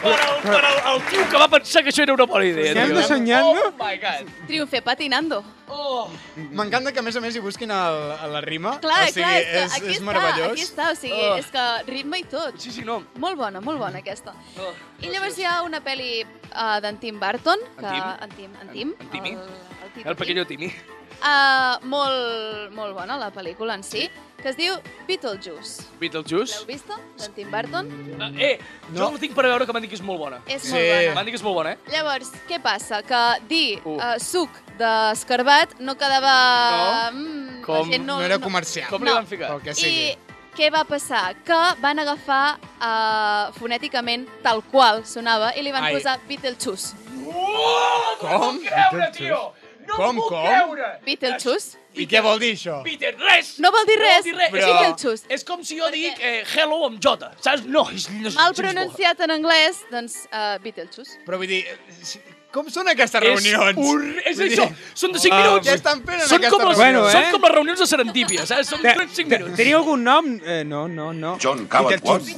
S7: Per al, per al, el tio que va pensar que això era una bona idea.
S5: Soñando,
S7: tio.
S5: soñando.
S7: Oh my god.
S8: Triunfé patinando.
S7: Oh.
S6: M'encanta que, a més a més, hi busquin el, la rima.
S8: Clar,
S6: o sigui,
S8: clar, és, que
S6: és,
S8: aquí
S6: és
S8: està,
S6: meravellós.
S8: aquí està, o sigui,
S6: Oh.
S8: és que ritme i tot.
S7: Sí, sí, no.
S8: Molt bona, molt bona aquesta.
S7: Oh.
S8: I llavors hi ha una pel·li uh, d'en Tim Burton, que,
S7: Tim?
S8: en Tim, en Tim,
S7: En Timmy?
S8: el, Tito
S7: El pequeño Timmy.
S8: Tim, uh, molt, molt bona la pel·lícula en si, que es diu Beetlejuice.
S7: Beetlejuice.
S8: L'heu vista, d'en Tim Burton?
S7: Ah, Eh, jo
S6: No.
S7: no. la tinc per veure que m'han dit que és molt bona.
S8: És molt Sí. bona.
S7: M'han dit que és molt bona, eh?
S8: Llavors, què passa? Que dir
S7: Uh.
S8: uh, suc d'escarbat no quedava...
S7: No.
S8: Mm,
S7: Com?
S8: la gent no,
S6: No era
S8: no,
S6: comercial.
S7: Com
S8: No.
S7: li van ficar?
S6: Pel que sigui.
S8: I què va passar? Que van agafar uh, fonèticament tal qual sonava i li van
S6: Ai.
S8: posar Beetlejuice.
S7: Oh, no
S6: Com?
S7: puc creure, tio! No
S6: Com,
S7: puc
S6: com?
S7: creure!
S8: Beetlejuice?
S6: I què vol dir això?
S7: Peter, res!
S8: No vol dir res.
S7: No vol dir res.
S8: Però... Beetlejuice.
S7: És com si jo dic eh, hello amb J, saps? No, és... No, és-
S8: Mal
S7: és
S8: pronunciat en anglès, doncs uh, Beetlejuice.
S6: Però vull dir, si- com són aquestes
S7: És
S6: reunions?
S7: horri- és
S6: Vull dir,
S7: això, són de cinc minuts.
S6: Què estan fent en
S7: Són
S6: aquesta
S7: com,
S6: reunió?
S7: les,
S5: Bueno,
S7: bueno, eh?
S5: eh?
S7: són com les reunions de serendípia, saps? Són
S5: Te-
S7: 5
S5: te-
S7: minuts.
S5: Teniu algun nom? Eh, no, no, no.
S13: John Cabot Watts.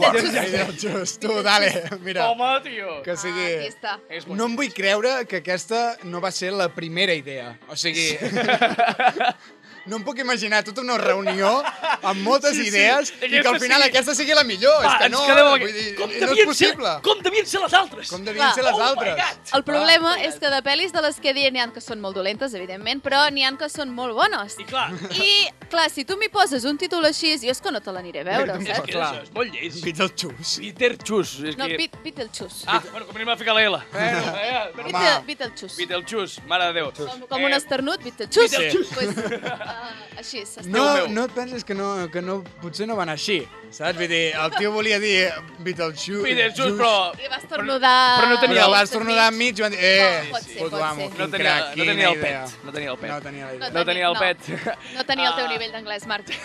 S6: Just, tu, dale, mira,
S7: Home, tio.
S6: que sigui...
S8: Ah, Aquí està.
S7: És
S6: No em vull creure que aquesta no va ser la primera idea. O sigui... No em puc imaginar tota una reunió amb moltes
S7: Sí, sí.
S6: idees i que al
S7: Aquesta
S6: final
S7: sigui-
S6: aquesta sigui la millor.
S7: Va,
S6: és que
S7: ens
S6: no,
S7: quedem amb
S6: vull
S7: aquest-
S6: dir,
S7: com
S6: no és
S7: devien ser-
S6: possible. Com,
S7: Com devien ser les altres?
S6: devien
S8: Clar.
S6: ser les
S7: Oh my
S6: altres?
S7: God.
S8: El problema és que de pel·lis de les que dient n'hi ha que són molt dolentes, evidentment, però n'hi ha que són molt bones.
S7: I clar,
S8: I, clar, si tu m'hi poses un títol així, jo és que no te l'aniré a veure,
S7: és
S8: saps?
S7: que això és molt lleig.
S6: Beetlejuice.
S7: Peter Chus. És
S8: No,
S7: que...
S8: Beet- Beetlejuice.
S7: Ah, bueno, com anem a ficar la L. Bueno, eh, normal.
S8: Beetle- Beetlejuice.
S7: Beetlejuice, mare de Déu.
S8: Com, com un
S7: Eh,
S8: esternut, Beetlejuice.
S7: Beetlejuice.
S8: Pues, uh, així, s'està.
S6: No,
S7: Déu meu.
S6: no et penses que no, que no, potser no van així, saps? Vull dir, el tio volia dir Beetlejuice.
S7: Beetlejuice, però...
S8: I vas tornudar...
S7: però no tenia
S6: Però
S7: el-
S6: vas tornar enmig i van dir, eh,
S8: Pot ser,
S6: puto
S8: pot
S6: amo,
S8: ser.
S7: No
S6: quin
S7: tenia,
S6: crac,
S7: no
S6: quina
S7: tenia el
S6: idea.
S7: pet. No tenia el
S6: No
S7: pet.
S6: tenia la idea.
S7: No tenia el pet.
S8: No tenia el teu
S7: Ah.
S8: nivell d'anglès, Marc.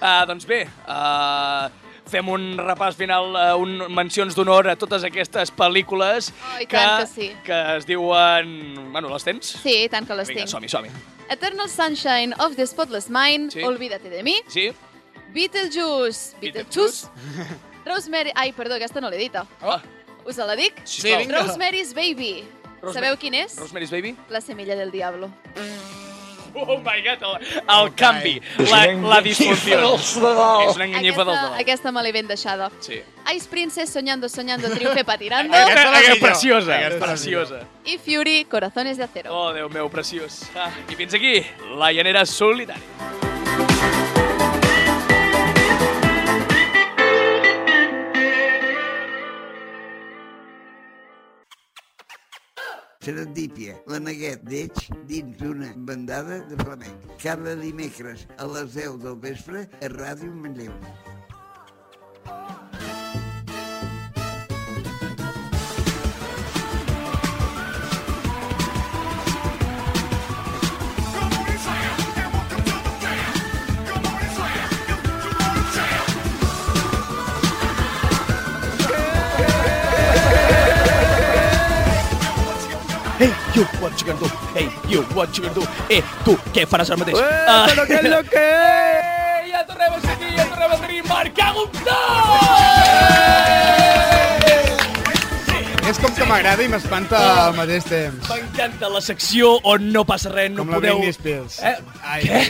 S7: Ah, doncs bé, ah, fem un repàs final, eh, un mencions d'honor a totes aquestes pel·lícules
S8: Oh, i tant que sí.
S7: que es diuen... Bueno, les tens?
S8: Sí, i tant que les
S7: Vinga,
S8: tinc.
S7: som-hi, som-hi.
S8: Eternal Sunshine of the Spotless Mind,
S7: Sí.
S8: Olvídate de mi,
S7: Sí?
S8: Beetlejuice, Beetlejuice, Rosemary... Ai, perdó, aquesta no l'he dita.
S7: Oh.
S8: Us la dic?
S7: Sisplau.
S6: vinga.
S8: Rosemary's Baby.
S7: Rosemary-
S8: Sabeu quin és?
S7: Rosemary's Baby?
S8: La semilla del diablo.
S7: Oh my god, el, el canvi, la, la disfunció. És una enganyifa dels
S8: Aquesta,
S7: dalt.
S8: aquesta me l'he ben deixada.
S7: Sí.
S8: Ice Princess, Soñando, Soñando, Triunfe Patirando
S6: Aquesta és la
S7: Aquesta és
S6: millor.
S7: preciosa,
S6: Aquesta és la
S7: preciosa.
S8: i Fury, Corazones de Acero.
S7: Oh, Déu meu, preciós. Ah, I fins aquí, la llanera solitària.
S2: Serendípia, la neguet d'Eix dins d'una bandada de flamenc. Cada dimecres a les 10 del vespre a Ràdio Manlleu.
S7: Hey, you, what you gonna do? Hey, you, what you gonna do? Eh, tu, què faràs ara mateix?
S14: Eh,
S7: Ah.
S14: però que lo que...
S7: Ja tornem a ser aquí, ja tornem a tenir Marc Agustó!
S6: Eh. És com que m'agrada i m'espanta al mateix temps.
S7: M'encanta la secció on no passa res, no
S6: Com la
S7: podeu...
S6: Britney Spears.
S7: Eh? Ai, què?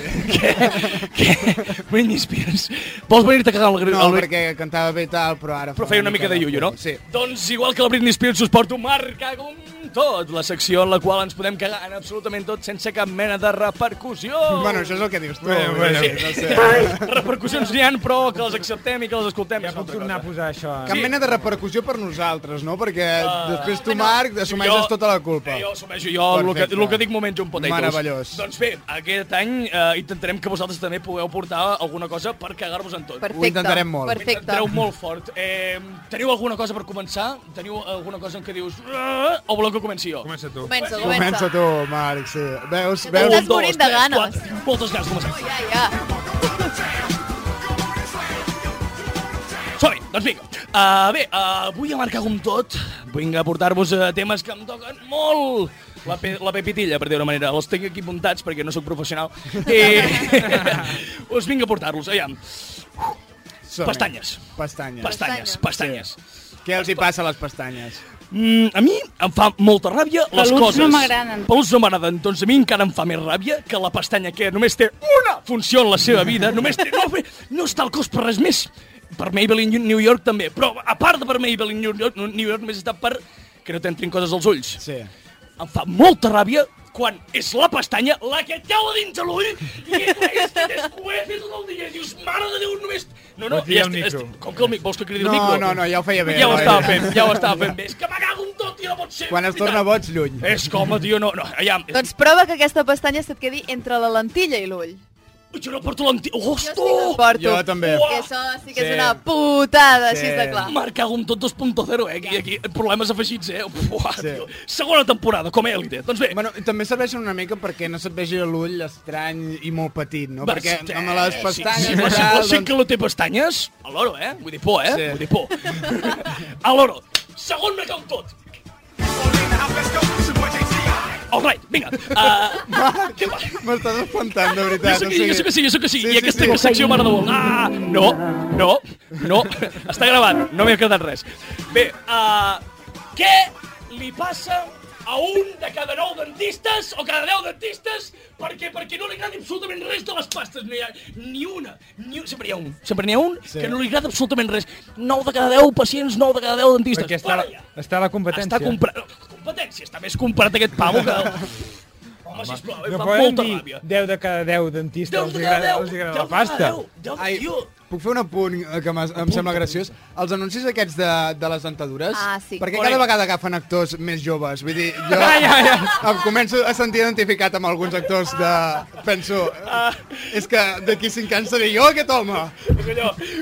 S7: què? Què? Britney Spears. Vols venir-te a cagar al
S6: No,
S7: al-
S6: perquè cantava bé tal, però ara...
S7: Però feia una mica de iullo, no?
S6: Sí.
S7: Doncs igual que la Britney Spears us porto Marc Agum tot, la secció en la qual ens podem cagar en absolutament tot sense cap mena de repercussió.
S6: Bueno, això és el que dius tu.
S7: Bueno, bueno,
S6: Sí.
S7: no
S6: sé.
S7: Repercussions n'hi han, però que les acceptem i que les escoltem. Ja puc tornar
S5: a posar això. eh?
S6: Cap mena de repercussió per nosaltres, no? Perquè
S7: Ah.
S6: després tu, Marc, assumeixes
S7: Jo-
S6: tota la culpa.
S7: Eh, jo assumeixo jo el que,
S6: Perfecte.
S7: el que dic moments un potatoes.
S6: Meravellós.
S7: Doncs bé, aquest any eh, intentarem que vosaltres també pugueu portar alguna cosa per cagar-vos en tot.
S6: Perfecte, Ho intentarem molt. perfecte.
S7: Ho intentareu molt fort. Eh, teniu alguna cosa per començar? Teniu alguna cosa en què dius... "Ah", O voleu que comenci jo? Comença tu.
S15: Comença,
S6: Comença tu, Marc, sí. Veus, veus...
S15: t'estàs morint de ganes.
S7: Moltes ganes, comencem.
S15: Ja, ja.
S7: Som-hi, doncs vinga. Uh, bé, uh, avui a marcar com tot, vinc a portar-vos a temes que em toquen molt la, pe la pepitilla, per dir una manera. Els tinc aquí muntats perquè no sóc professional. I us vinc a portar-los, aviam.
S6: Som-hi.
S7: Pestanyes.
S6: Pestanyes.
S7: Pestanyes, pestanyes.
S6: Què els hi passa a les pestanyes?
S7: Mm, a mi em fa molta ràbia les
S16: Peluts
S7: coses.
S16: no m'agraden.
S7: Peluts no m'agraden. Doncs a mi encara em fa més ràbia que la pestanya que només té una funció en la seva vida, només té... No, no està al cos per res més. Per Maybelline New York també. Però a part de per Maybelline New York, New York només està per que no t'entrin coses als ulls.
S6: Sí.
S7: Em fa molta ràbia quan és la pestanya la que et cau a dins de l'ull i és que descués tot el dia i dius, mare de Déu, només... No, no,
S6: Pots dir
S7: ja
S6: al
S7: est-
S6: micro.
S7: est- Com que el micro? Vols que cridi
S6: No,
S7: el micro?
S6: no, no, ja ho feia bé, eh?
S7: Ja ho
S6: ja ho
S7: estava
S6: feia
S7: fent,
S6: bé.
S7: ja ho estava fent bé. És que m'agago un tot i no pot ser.
S6: Quan es torna boig, lluny.
S7: És com, tio, no, no, aviam.
S8: Doncs prova que aquesta pestanya se't quedi entre la lentilla i l'ull.
S7: Jo no porto lentilla.
S8: Jo sí
S7: Hosto!
S8: que en porto.
S6: Jo també.
S8: Que això sí que és
S6: Sí.
S8: una putada,
S6: Sí.
S8: així de clar.
S7: Marcar un tot 2.0, eh? Aquí, aquí, problemes afegits, eh? Uah, tio. Segona temporada, com a élite. Doncs bé.
S6: Bueno, i també serveixen una mica perquè no se't vegi l'ull estrany i molt petit, no?
S7: Vas-
S6: Perquè amb les
S7: eh,
S6: pestanyes...
S7: Si, si, si,
S6: tal,
S7: la gent
S6: doncs-
S7: que no té pestanyes, a l'oro, eh? Vull dir por, eh?
S6: Sí.
S7: Vull dir por. a l'oro. Segon me cau tot. All right, vinga. Uh, què va?
S6: M'estàs espantant, de veritat.
S7: Jo sé,
S6: o
S7: que,
S6: sigui-
S7: jo sé que sí, jo sé que sí.
S6: Sí,
S7: I
S6: sí,
S7: aquesta
S6: sí.
S7: secció m'agrada molt. Ah, no, no, no. Està gravant, no m'he quedat res. Bé, uh, què li passa a un de cada nou dentistes o cada deu dentistes perquè perquè no li agrada absolutament res de les pastes. No hi ha ni una. Ni un, sempre hi ha un. Sempre n'hi ha un sí. que no li agrada absolutament res. 9 de cada 10 pacients, 9 de cada 10 dentistes.
S5: Perquè està,
S7: Para ja.
S5: està a la competència.
S7: Està comprat... Competència, està més comprat aquest pavo que... Home, sisplau, em
S5: No
S7: fa
S5: poden
S7: molta
S5: dir
S7: ràbia.
S5: 10 de cada 10 dentistes els agrada, els agrada la pasta.
S6: Ai, puc fer un apunt eh, que m'ha- em sembla graciós? Els anuncis aquests de, de les dentadures,
S8: Ah, sí.
S6: perquè
S8: Correcte.
S6: cada vegada agafen actors més joves. Vull dir, jo
S8: Ai, ai, ai.
S6: em començo a sentir identificat amb alguns actors de... Penso,
S7: Ah.
S6: és que d'aquí 5 anys seré jo aquest home.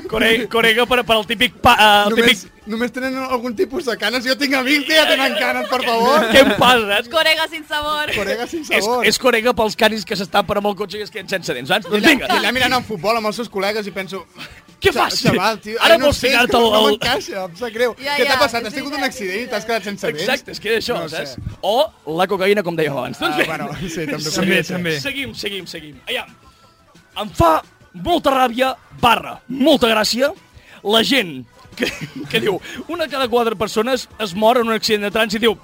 S7: Corega, corega per, per al típic... Pa, uh, el
S6: només,
S7: típic...
S6: només tenen algun tipus de canes. Jo tinc amics que ja tenen canes, per favor.
S7: Què em passa? saps?
S8: Corega sin sabor.
S6: Corega sin
S7: És, és corega pels canis que s'estan per amb el cotxe i es queden sense dents, saps?
S6: I
S7: Doncs
S6: allà,
S7: vinga.
S6: i allà mirant en futbol amb els seus col·legues i penso...
S7: Què
S6: "Xa-
S7: fas?
S6: Xaval, tio,
S7: Ara
S6: ai, no
S7: vols
S6: sé, és
S7: ficar-te
S6: que no,
S7: al-
S6: no
S7: al-
S6: m'encaixa, em sap greu.
S8: Ja,
S6: Què
S8: ja,
S6: t'ha passat?
S8: és
S6: Has tingut un accident i t'has quedat sense vents?
S7: Exacte, és que és això,
S6: No ho sé.
S7: saps? O la cocaïna, com dèiem abans. Doncs
S6: Ah,
S7: bé.
S6: bueno, sí, també
S7: Seguim,
S6: podria ser.
S7: també. Seguim, seguim, seguim. Aviam. Em fa molta ràbia, barra, molta gràcia, la gent que, que diu una de cada quatre persones es mor en un accident de trànsit i diu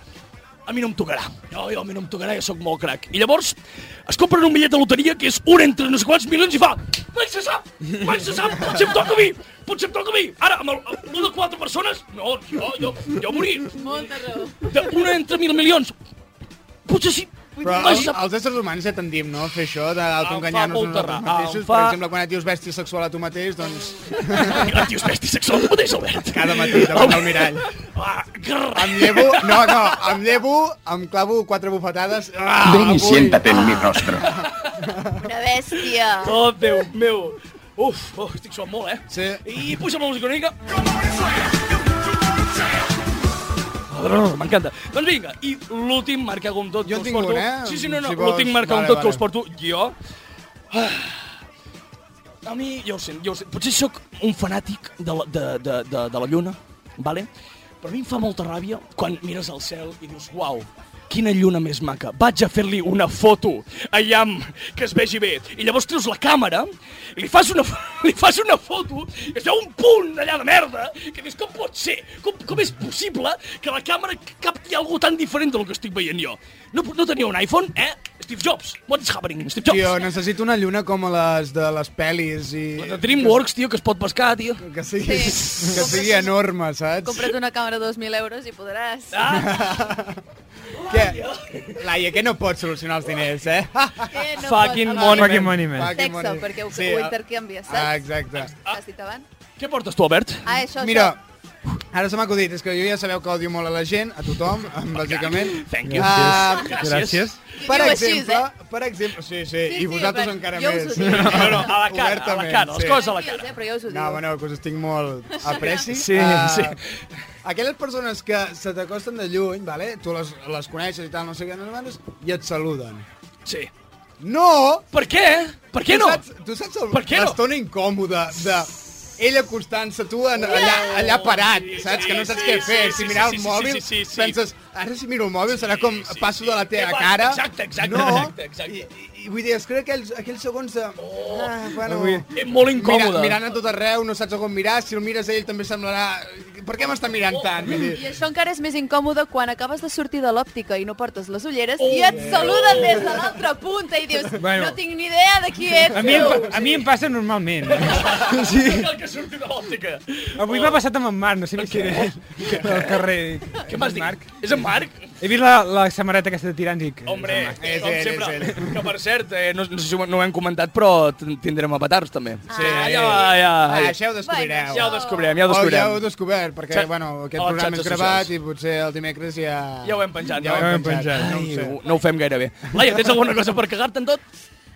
S7: a mi no em tocarà, no, jo, a mi no em tocarà, jo sóc molt crac. I llavors es compren un bitllet de loteria que és un entre no sé quants milions i fa mai se sap, mai se sap, potser em toca a mi, potser em toca a mi. Ara, amb el- amb l'un de quatre persones, no, jo, jo, jo morir.
S8: Molta raó.
S7: De una entre mil milions. Potser sí,
S6: Però els, els éssers humans ja tendim, no?, a fer això d'autoenganyar-nos
S7: molta
S6: nosaltres
S7: ra- em
S6: mateixos.
S7: fa-
S6: Per exemple, quan et dius bèstia sexual a tu mateix, doncs...
S7: et dius bèstia sexual a tu mateix, Albert?
S6: Cada matí, davant del mirall. Em llevo... No, no, em llevo, em clavo quatre bufetades... Ah,
S1: Ven y
S6: avui-
S1: siéntate en mi rostro.
S8: Una bèstia.
S7: Oh, Déu meu. Uf, oh, estic suant molt, eh? Sí. I puja'm la música una mica. Oh, M'encanta. Doncs vinga, i l'últim marca com
S6: Jo
S7: tot que
S6: en
S7: us
S6: tinc
S7: porto.
S6: un, eh?
S7: Sí, sí, no, no,
S6: Si vols.
S7: l'últim marca com
S6: Vale,
S7: tot que
S6: vale.
S7: us porto jo. Ah. A mi, ja ho sent, ja ho sent. Potser sóc un fanàtic de la, de, de, de, de la lluna, vale? però a mi em fa molta ràbia quan mires al cel i dius, uau, quina lluna més maca. Vaig a fer-li una foto, allam, que es vegi bé. I llavors treus la càmera, i li fas una, fo- li fas una foto, i es veu un punt allà de merda, que dius, com pot ser? Com, com és possible que la càmera capti algo tan diferent del que estic veient jo? No, no tenia un iPhone, eh? Steve Jobs, what's happening, Steve Jobs?
S6: Tio, necessito una lluna com a les de les pel·lis i...
S7: La de DreamWorks, tio, que es pot pescar, tio.
S6: Que sigui,
S8: Sí.
S6: que sigui enorme, saps?
S8: Compra't una càmera de 2.000 euros i podràs.
S6: Ah, Laia, que no pots solucionar els diners, eh?
S8: Eh, no
S6: Fucking
S8: pot-
S6: money man. Fucking money man. Fucking
S8: Sexe,
S6: money.
S8: perquè ho,
S6: Sí,
S8: ho
S6: ah.
S8: intercanvies,
S6: Ah,
S8: saps?
S6: exacte.
S8: Ah, Has dit abans?
S7: Què portes tu, Albert?
S8: Ah, això,
S6: Mira,
S8: això.
S6: ara se m'ha acudit, és que jo ja sabeu que odio molt a la gent, a tothom, bàsicament.
S7: Thank you.
S6: Ah,
S7: Gràcies. Gràcies.
S6: Per
S7: I diu així,
S6: exemple, per exemple, sí, sí,
S8: eh? Sí,
S6: i
S8: sí,
S6: vosaltres
S8: per-
S6: encara
S8: jo us ho
S6: més.
S8: dic.
S7: No, no, a la cara, a la cara, les coses a la
S8: Tranquils, eh, però jo us ho dic.
S6: No, bueno, que us estic molt apreci.
S7: Sí,
S6: Ah,
S7: sí.
S6: Aquelles persones que se t'acosten de lluny, vale? tu les, les coneixes i tal, no sé què, no sé quantos, i et saluden.
S7: Sí.
S6: No!
S7: Per què? Per què
S6: tu
S7: no?
S6: Saps, tu saps el-
S7: Per què no?
S6: l'estona incòmoda de ella acostant-se a tu en, allà, allà parat, saps? que no saps què fer.
S7: Oh, sí,
S6: si
S7: sí,
S6: mirar
S7: sí,
S6: el
S7: sí,
S6: mòbil,
S7: sí, sí, sí.
S6: penses, ara si miro el mòbil serà com passo de la teva
S7: Què passa?
S6: cara.
S7: Exacte, exacte,
S6: no,
S7: exacte, exacte.
S6: I, i vull dir, es creu aquells, aquells segons de... Oh, ah, bueno,
S7: avui- Eh, molt incòmode.
S6: Mira, mirant a tot arreu, no saps a on mirar, si el mires a ell també semblarà... Per què m'està
S7: Oh,
S6: mirant tant? Vull dir,
S8: I això encara és més incòmode quan acabes de sortir de l'òptica i no portes les ulleres i et saluden des de l'altra punta i dius,
S5: Oh, Bueno.
S8: no tinc ni idea de qui ets.
S5: A mi, em,
S8: tu."
S5: pa- a mi em passa normalment.
S7: Sí. El que surti de l'òptica.
S5: Avui m'ha passat amb en Marc, no sé ni si era ell, pel carrer.
S7: Què m'has dit? És en Marc?
S5: He vist la, la samarreta aquesta de tirants i dic...
S7: Hombre, eh,
S6: És
S7: com
S6: ell, és
S7: sempre. Que per cert, eh, no, no sé si ho- no ho hem comentat, però t- tindrem avatars també.
S6: Sí.
S7: Ah, ja, va, ja,
S6: Ah,
S7: ja.
S6: això ho descobrireu.
S7: Ja ho descobrirem, ja ho
S6: O ja
S7: descobrirem.
S6: heu descobert, perquè,
S7: Xa-
S6: bueno, aquest
S7: a les
S6: programa és
S7: xarxes
S6: gravat
S7: socials.
S6: i potser el dimecres ja...
S7: Ja ho hem penjat,
S6: Ja ho hem penjat.
S7: no,
S6: no ho sé.
S7: no, no ho fem gaire bé. Laia, tens alguna cosa per cagar-te en tot?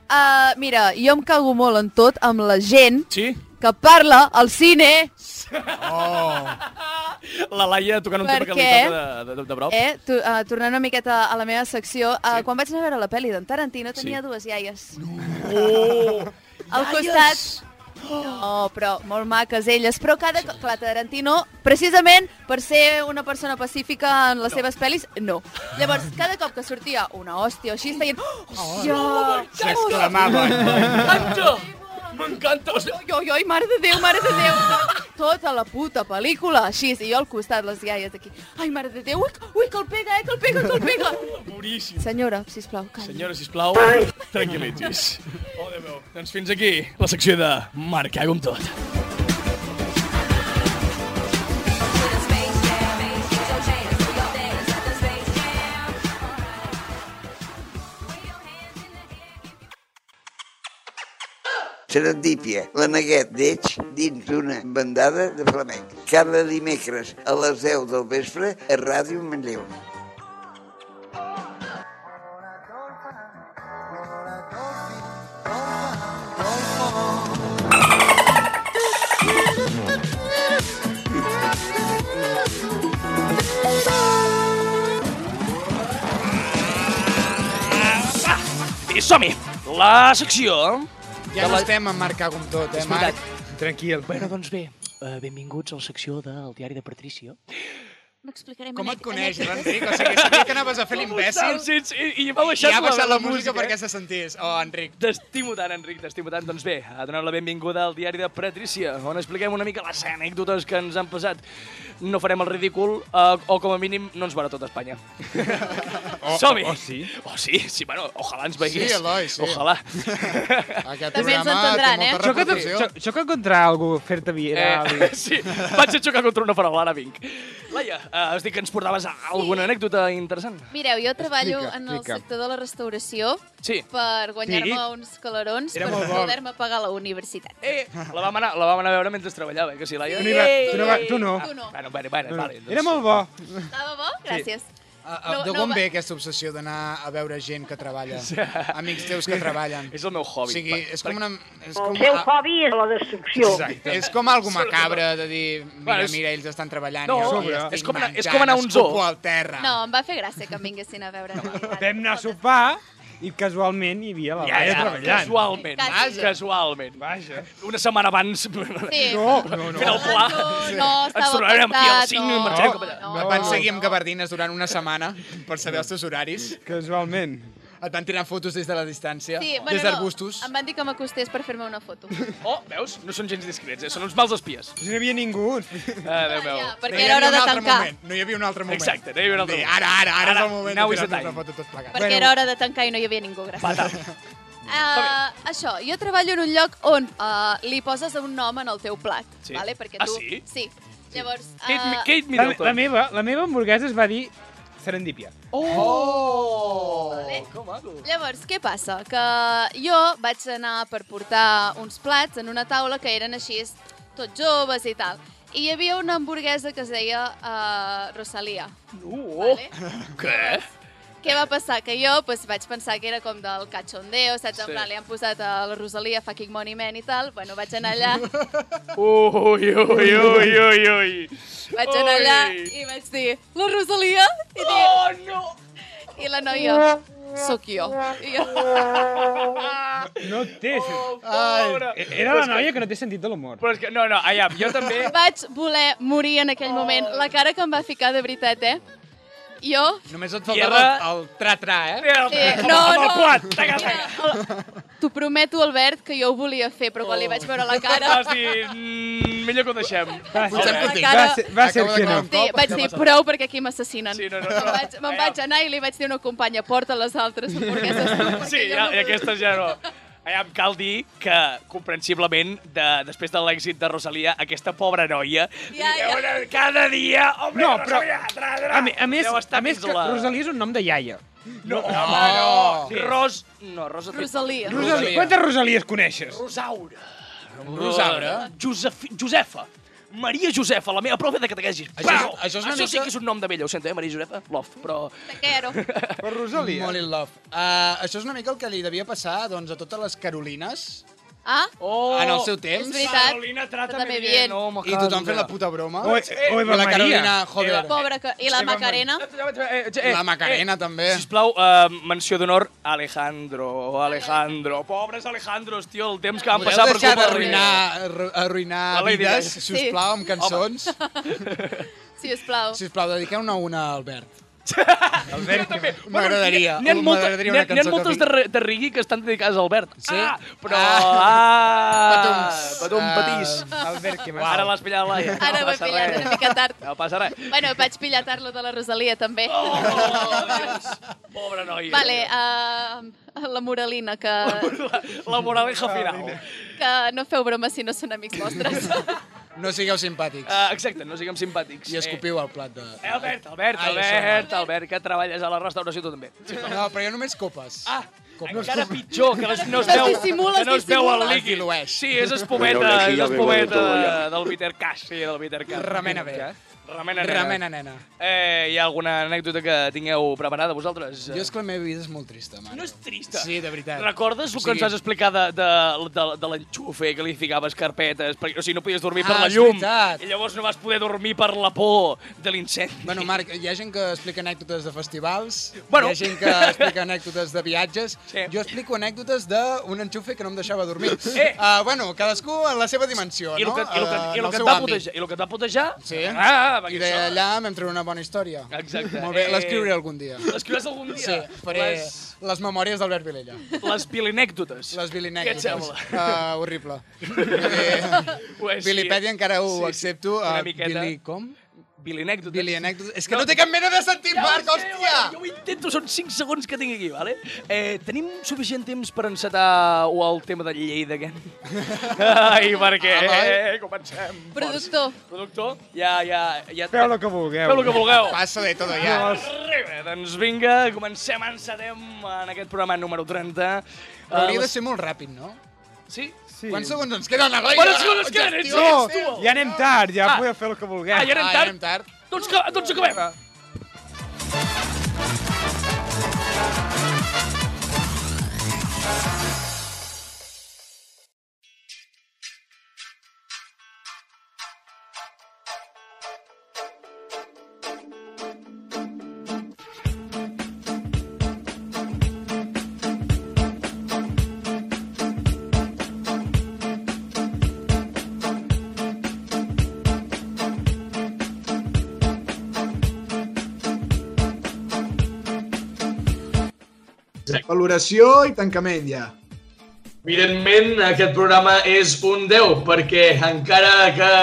S8: Uh, mira, jo em cago molt en tot amb la gent
S7: sí?
S8: que parla al cine,
S7: Oh. La Laia tocant un tema que li
S8: Perquè,
S7: toca de, de, de, de prop.
S8: eh? Tu, uh, tornant una miqueta a la meva secció, uh, quan vaig anar a veure la pel·li d'en Tarantino tenia dues iaies.
S7: Oh.
S8: Al costat... No, però molt maques elles, però cada... co- Clar, Tarantino, precisament per ser una persona pacífica en les seves pel·lis, no. Llavors, cada cop que sortia una hòstia o així, es deien... Hòstia!
S7: M'encanta! M'encanta! O sigui,
S8: Oi, oi, oi, mare de Déu, mare de Déu!
S7: Ah!
S8: Tota la puta pel·lícula, així, i jo al costat, les iaies d'aquí. Ai, mare de Déu, ui, ui, que el pega, eh, que el pega, que el pega!
S7: Boníssim.
S8: Senyora, sisplau, calla.
S7: Senyora, sisplau, tranquil·litis. Oh, Déu meu. Doncs fins aquí la secció de Marcar com tot.
S2: Serendípia, la neguet d'Eix dins d'una bandada de flamenc. Cada dimecres a les 10 del vespre a Ràdio Manlleu.
S17: I som-hi! La secció...
S6: Ja no estem en Marc Agum tot, eh, Marc?
S17: Tranquil. Bueno, doncs bé, eh, benvinguts a la secció del diari de Patricio.
S8: No explicarem
S6: Com et coneix, l'Enric? O sigui, sabia que anaves a fer l'imbècil
S17: I, i m'ha
S6: i
S17: baixat,
S6: ha baixat
S17: la
S6: la, música
S17: música,
S6: perquè
S17: eh?
S6: se sentís. Oh, Enric.
S17: T'estimo tant, Enric, t'estimo tant. Doncs bé, a donar la benvinguda al diari de Patrícia, on expliquem una mica les anècdotes que ens han passat. No farem el ridícul, eh, o com a mínim no ens veurà tot Espanya.
S6: Oh,
S5: O-
S17: Som-hi!
S5: o- o sí.
S17: O sí, sí, bueno, ojalà ens veigués.
S6: Sí, Eloi, sí.
S17: Ojalà.
S6: Aquest
S17: També ens
S6: programa té
S17: entendran,
S6: molta
S17: eh?
S5: Xoca,
S6: repercussió.
S5: xoca contra algú, fer-te viral.
S7: Eh,
S17: Eh, sí, vaig a xocar contra una paraula, ara vinc.
S7: Laia, eh, has dit que ens portaves a- alguna anècdota interessant.
S8: Mireu, jo treballo
S7: Explica,
S8: en el
S7: explica.
S8: sector de la restauració
S7: Sí.
S8: per guanyar-me
S7: Sí.
S8: uns calarons
S7: Era
S8: per
S7: molt bo.
S8: poder-me pagar la universitat.
S7: Eh, La vam anar, la vam anar a veure mentre treballava, eh, que sí, Laia?
S8: Tu no hi va- tu no va-
S5: tu no.
S7: Ah,
S8: Tu no.
S7: Bueno, bueno, bueno, vale. Doncs...
S5: Era molt bo.
S8: Estava bo? Gràcies.
S6: A,
S8: No-
S6: de
S8: Ah, no
S6: quan
S8: va-
S6: ve aquesta obsessió d'anar a veure gent que treballa?
S7: Sí.
S6: Amics teus que treballen.
S7: És el meu hobby.
S6: O sigui,
S7: Per-
S6: és com una... És
S12: El
S6: com,
S12: seu
S6: a-
S12: hobby és la destrucció.
S6: Exacte. És com algo macabre de dir, mira,
S7: Bueno, és-
S6: mira, ells estan treballant
S7: No,
S6: i jo
S7: sobre.
S6: aquí estic
S7: és com anar- és
S6: menjant,
S7: com anar a un zoo.
S6: escupo al
S7: Ah.
S6: terra.
S8: No, em va fer gràcia que em vinguessin a veure.
S18: Vam anar a sopar i casualment hi havia la
S7: Ja,
S18: Laia
S7: ja,
S18: treballant.
S7: eh, casualment,
S8: Quasi.
S7: Vaja. casualment. Vaja. Una setmana abans...
S8: Sí.
S7: No, no, no. Fent el pla.
S8: No, no,
S7: Ens
S8: estava
S7: tornarem aquí al
S8: pensat,
S7: 5
S8: no.
S7: i marxem cap allà.
S8: No,
S6: Et van seguir amb gabardines durant una setmana per saber els teus horaris.
S18: Casualment. Doncs
S6: Et van tirar fotos des de la distància,
S8: Sí, bueno,
S6: des d'arbustos.
S8: No, em van dir que m'acostés per fer-me una foto.
S7: Oh, veus? No són gens discrets, eh? Són uns mals espies.
S18: No hi havia ningú.
S7: Ah, Déu meu.
S8: Ja, perquè
S6: No hi havia
S8: era hora
S6: un
S8: de
S6: altre
S8: tancar.
S6: moment, No hi havia un altre moment.
S7: Exacte, no hi havia un altre
S6: Dir,
S7: moment.
S6: Ara, ara, ara, és
S7: Ara,
S6: el moment
S7: now
S6: de
S7: is the
S6: tirar-nos
S7: time.
S6: la foto tots plegats.
S8: Perquè era hora de tancar i no hi havia ningú, gràcies. Uh, això, jo treballo en un lloc on uh, li poses un nom en el teu plat,
S18: Sí.
S8: vale? perquè
S18: Ah,
S8: tu...
S18: sí?
S8: Sí. Llavors...
S18: Kate-
S8: Uh,
S18: la,
S7: eh.
S18: la, meva, la meva hamburguesa es va dir serendípia.
S7: Oh! Que maco.
S8: llavors, què passa? Que jo vaig anar per portar uns plats en una taula que eren així tots joves i tal. I hi havia una hamburguesa que es deia uh, Rosalia.
S7: Uh, Què?
S8: Què va passar? Que jo doncs, vaig pensar que era com del cachondeo, saps?
S7: Sí.
S8: En plan, li han posat a la Rosalia fucking money man i tal. Bueno, vaig anar allà,
S7: Ui, ui, ui, ui, ui.
S8: vaig anar allà
S7: Ui.
S8: i vaig dir, la Rosalia? I dir,
S7: oh, no!
S8: I la noia, sóc jo. I jo...
S18: No té...
S7: Oh, pobra.
S18: Ai, E-, Era la noia que no té sentit de l'humor.
S7: Però és que, no, no, aviam, jo també...
S8: Vaig voler morir en aquell moment. La cara que em va ficar, de veritat, eh? Jo...
S6: Només et
S7: faltava
S6: faltava el tra-tra, eh?
S8: Sí, no, no. T'ho prometo, Albert, que jo ho volia fer, però quan li vaig veure la cara...
S7: Vas dir, mm, millor que ho deixem.
S18: Va
S8: Vaig veure la cara-
S7: Acabo de
S8: Sí,
S7: acabar un cop,
S8: vaig
S7: ja
S8: dir,
S7: passa.
S8: prou perquè aquí m'assassinen.
S7: Sí, no, no,
S8: Me'n
S7: no.
S8: vaig, me'n vaig anar i li vaig dir a una companya, porta les altres hamburgueses.
S7: Sí, ja, i aquesta ja no. Allà em cal dir que, comprensiblement, de, després de l'èxit de Rosalia, aquesta pobra noia...
S8: Ja,
S7: ja. Cada dia... Hombre,
S18: No,
S7: no,
S18: però-
S7: però... Rosalia, tra, tra,
S18: A, mi- a més,
S7: Deu estar
S18: a més
S7: fins
S18: que
S7: la-
S18: Rosalia és un nom de iaia.
S7: No, home,
S6: Ah,
S7: no.
S18: Sí.
S7: Ros... No, Rosa...
S8: Rosalia.
S18: Rosalia. Quantes Rosalies coneixes?
S7: Rosaura.
S6: Rosaura.
S7: Josef... Josefa. Maria Josefa, la meva prova de catequesis.
S6: Això és-
S7: Pau!
S6: això és una
S7: això sí
S6: mica-
S7: que és un nom de vella, ho sento, eh, Maria Josefa? Love, però...
S8: Quiero.
S18: Per Rosalia.
S6: Molt in love. Uh, això és una mica el que li devia passar doncs, a totes les Carolines
S8: Ah?
S7: Oh,
S6: en el seu temps.
S8: És veritat.
S7: Carolina,
S8: trátame bien.
S7: home,
S6: I tothom fent la puta broma.
S18: O- e, o Oh, Eva
S6: I la
S18: Maria.
S6: Carolina, joder.
S8: Pobra que... I la Macarena?
S6: La Macarena, també.
S7: Sisplau, eh, menció d'honor, Alejandro, Alejandro. Pobres Alejandros, tio, el temps que van
S6: Podeu
S7: passar per
S6: deixar
S7: culpa de
S6: d'arruinar arru-
S7: La
S6: arruïnar
S7: Lady
S6: vides,
S7: Di.
S6: si us plau, amb cançons?
S8: Si us plau.
S6: Si us plau, dediqueu una a una a Albert.
S7: M'agradaria.
S6: M'agradaria.
S7: N'hi ha, molta,
S6: M'agradaria una
S7: n'hi ha, n'hi ha
S6: cançó que
S7: moltes de,
S6: digui-
S7: re- de rigui que estan dedicades a Albert. Sí? Ah, però... Ah,
S6: Patums.
S7: Patum,
S6: Ah,
S7: patís.
S18: Albert, què
S7: Ara l'has pillat, Laia.
S8: Ara
S7: no
S8: m'he
S7: passa
S8: pillat
S7: res.
S8: una mica tard.
S7: No passa res.
S8: Bueno, vaig pillatar-lo de la Rosalia, també.
S7: oh, Pobre noi.
S8: Vale, uh, la moralina, que,
S7: La moraleja
S6: Ah,
S7: final.
S8: que no feu broma si no són amics vostres.
S6: No sigueu simpàtics.
S7: Ah, exacte, no siguem simpàtics.
S6: I escopiu al plat de...
S7: Eh, Albert, Albert,
S6: Ai, això,
S7: Albert, Albert, que treballes a la restauració tu també.
S6: No, però jo només copes. Ah,
S7: Encara pitjor, que les- no es
S8: Es
S7: veu,
S8: dissimula,
S7: que no
S8: es
S7: es veu el
S8: dissimula.
S7: líquid. Sí, és
S19: Però hi
S7: espumeta,
S19: ha una
S7: és
S19: gira
S7: espumeta
S19: ben guanyada.
S7: del bitter cash, sí, del bitter cash. Eh?
S6: Remena bé.
S7: Remena nena.
S6: Remena, nena.
S7: Eh, hi ha alguna anècdota que tingueu preparada vosaltres?
S6: Jo és que la meva vida és molt trista, mare.
S7: No és trista.
S6: Sí, de veritat.
S7: Recordes el
S6: O
S7: que ens
S6: sigui-
S7: vas explicar de, de, de, de l'enxufe, que li ficaves carpetes, perquè, o sigui, no podies dormir per
S6: Ah,
S7: la
S6: és
S7: llum,
S6: veritat.
S7: i llavors no vas poder dormir per la por de l'incendi.
S6: Bueno, Marc, hi ha gent que explica anècdotes de festivals,
S7: Bueno.
S6: hi ha gent que explica anècdotes de viatges. Sí. Jo explico anècdotes d'un enxufe que no em deixava dormir.
S7: Eh!
S6: Uh, bueno, cadascú en la seva dimensió,
S7: I el
S6: no?
S7: que, i el que,
S6: Eh, en
S7: i el
S6: el
S7: que et
S6: seu
S7: va
S6: àmbit.
S7: putejar, i el que et va putejar,
S6: Sí.
S7: Ah, perquè
S6: I d'allà m'hem treure una bona història.
S7: Exacte.
S6: Molt bé,
S7: Eh,
S6: l'escriuré algun dia.
S7: l'escriuràs algun dia?
S6: Sí, faré les,
S7: Les-
S6: les memòries d'Albert Vilella.
S7: les bilinècdotes.
S6: Les bilinècdotes.
S7: Què et sembla?
S6: Uh, horrible.
S7: Ho és, sí.
S6: Bilipèdia encara ho
S7: Sí, sí.
S6: accepto.
S7: Una
S6: Eh,
S7: miqueta.
S6: Billy com?
S7: Bilinècdotes.
S6: Bilinècdotes. És que no té cap mena de sentit, Marc,
S7: ho sé,
S6: hòstia!
S7: bueno, Jo ho intento, són 5 segons que tinc aquí, vale? Eh, tenim suficient temps per encetar o el tema de Lleida, aquest? Ai, perquè...
S12: Ah,
S7: Ah,
S12: vai.
S7: eh, comencem. Productor. Productor. Ja, ja... ja
S18: Feu lo que vulgueu.
S7: Feu lo que vulgueu.
S18: Passa de todo ya.
S7: Doncs, Arriba, doncs vinga, comencem, encetem en aquest programa número 30.
S6: Però hauria de ser molt ràpid, no?
S7: Sí?
S6: sí. Quants segons ens queden, Eloi?
S7: Quants segons ens queden? Ets
S6: Gestió,
S7: tu!
S6: gestió.
S18: Ja anem tard, ja
S7: Ah.
S18: ah. podeu fer el que vulgueu.
S7: Ah, ja anem tard? Doncs, que, doncs acabem.
S3: Valoració i tancament, ja.
S1: Evidentment, aquest programa és un 10, perquè encara que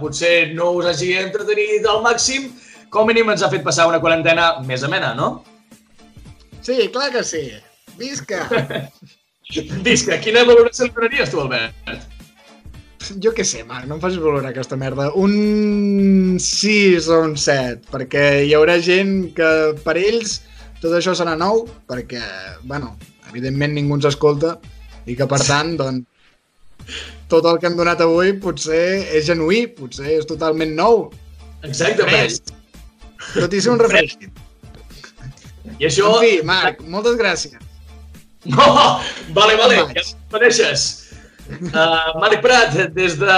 S1: potser no us hagi entretenit al màxim, com a mínim ens ha fet passar una quarantena més amena, no?
S3: Sí, clar que sí. Visca!
S1: Disca, quina valoració li donaries tu, Albert?
S3: Jo què sé, Marc, no em facis valorar aquesta merda. Un 6 o un 7, perquè hi haurà gent que per ells tot això serà nou, perquè, bueno, evidentment ningú ens escolta i que per tant, doncs, tot el que han donat avui potser és genuí, potser és totalment nou.
S1: Exacte,
S3: Fresc. Tot i ser un refresc.
S1: I això...
S3: En fi, Marc, moltes gràcies.
S1: No! Vale, vale, ja m'apareixes. Uh, Marc Prat, des de,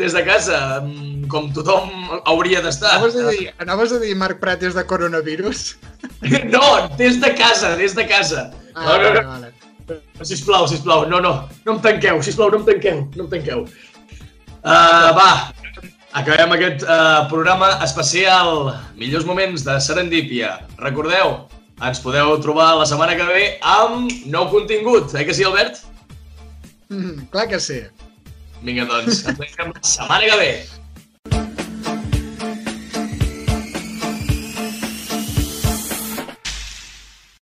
S1: des de casa, mm, com tothom hauria d'estar.
S3: Anaves a dir, anaves a dir Marc Prat és de coronavirus?
S1: No, des de casa, des de casa.
S3: Ah,
S1: No, no, no.
S3: vale, vale.
S1: Ah, Sisplau, sisplau, no, no, no em tanqueu, sisplau, no em tanqueu, no em tanqueu. Uh, va, acabem aquest uh, programa especial Millors moments de Serendípia. Recordeu, ens podeu trobar la setmana que ve amb nou contingut, eh que sí, Albert?
S3: Mm, clar que sí.
S1: Vinga, doncs, ens veiem la setmana que ve.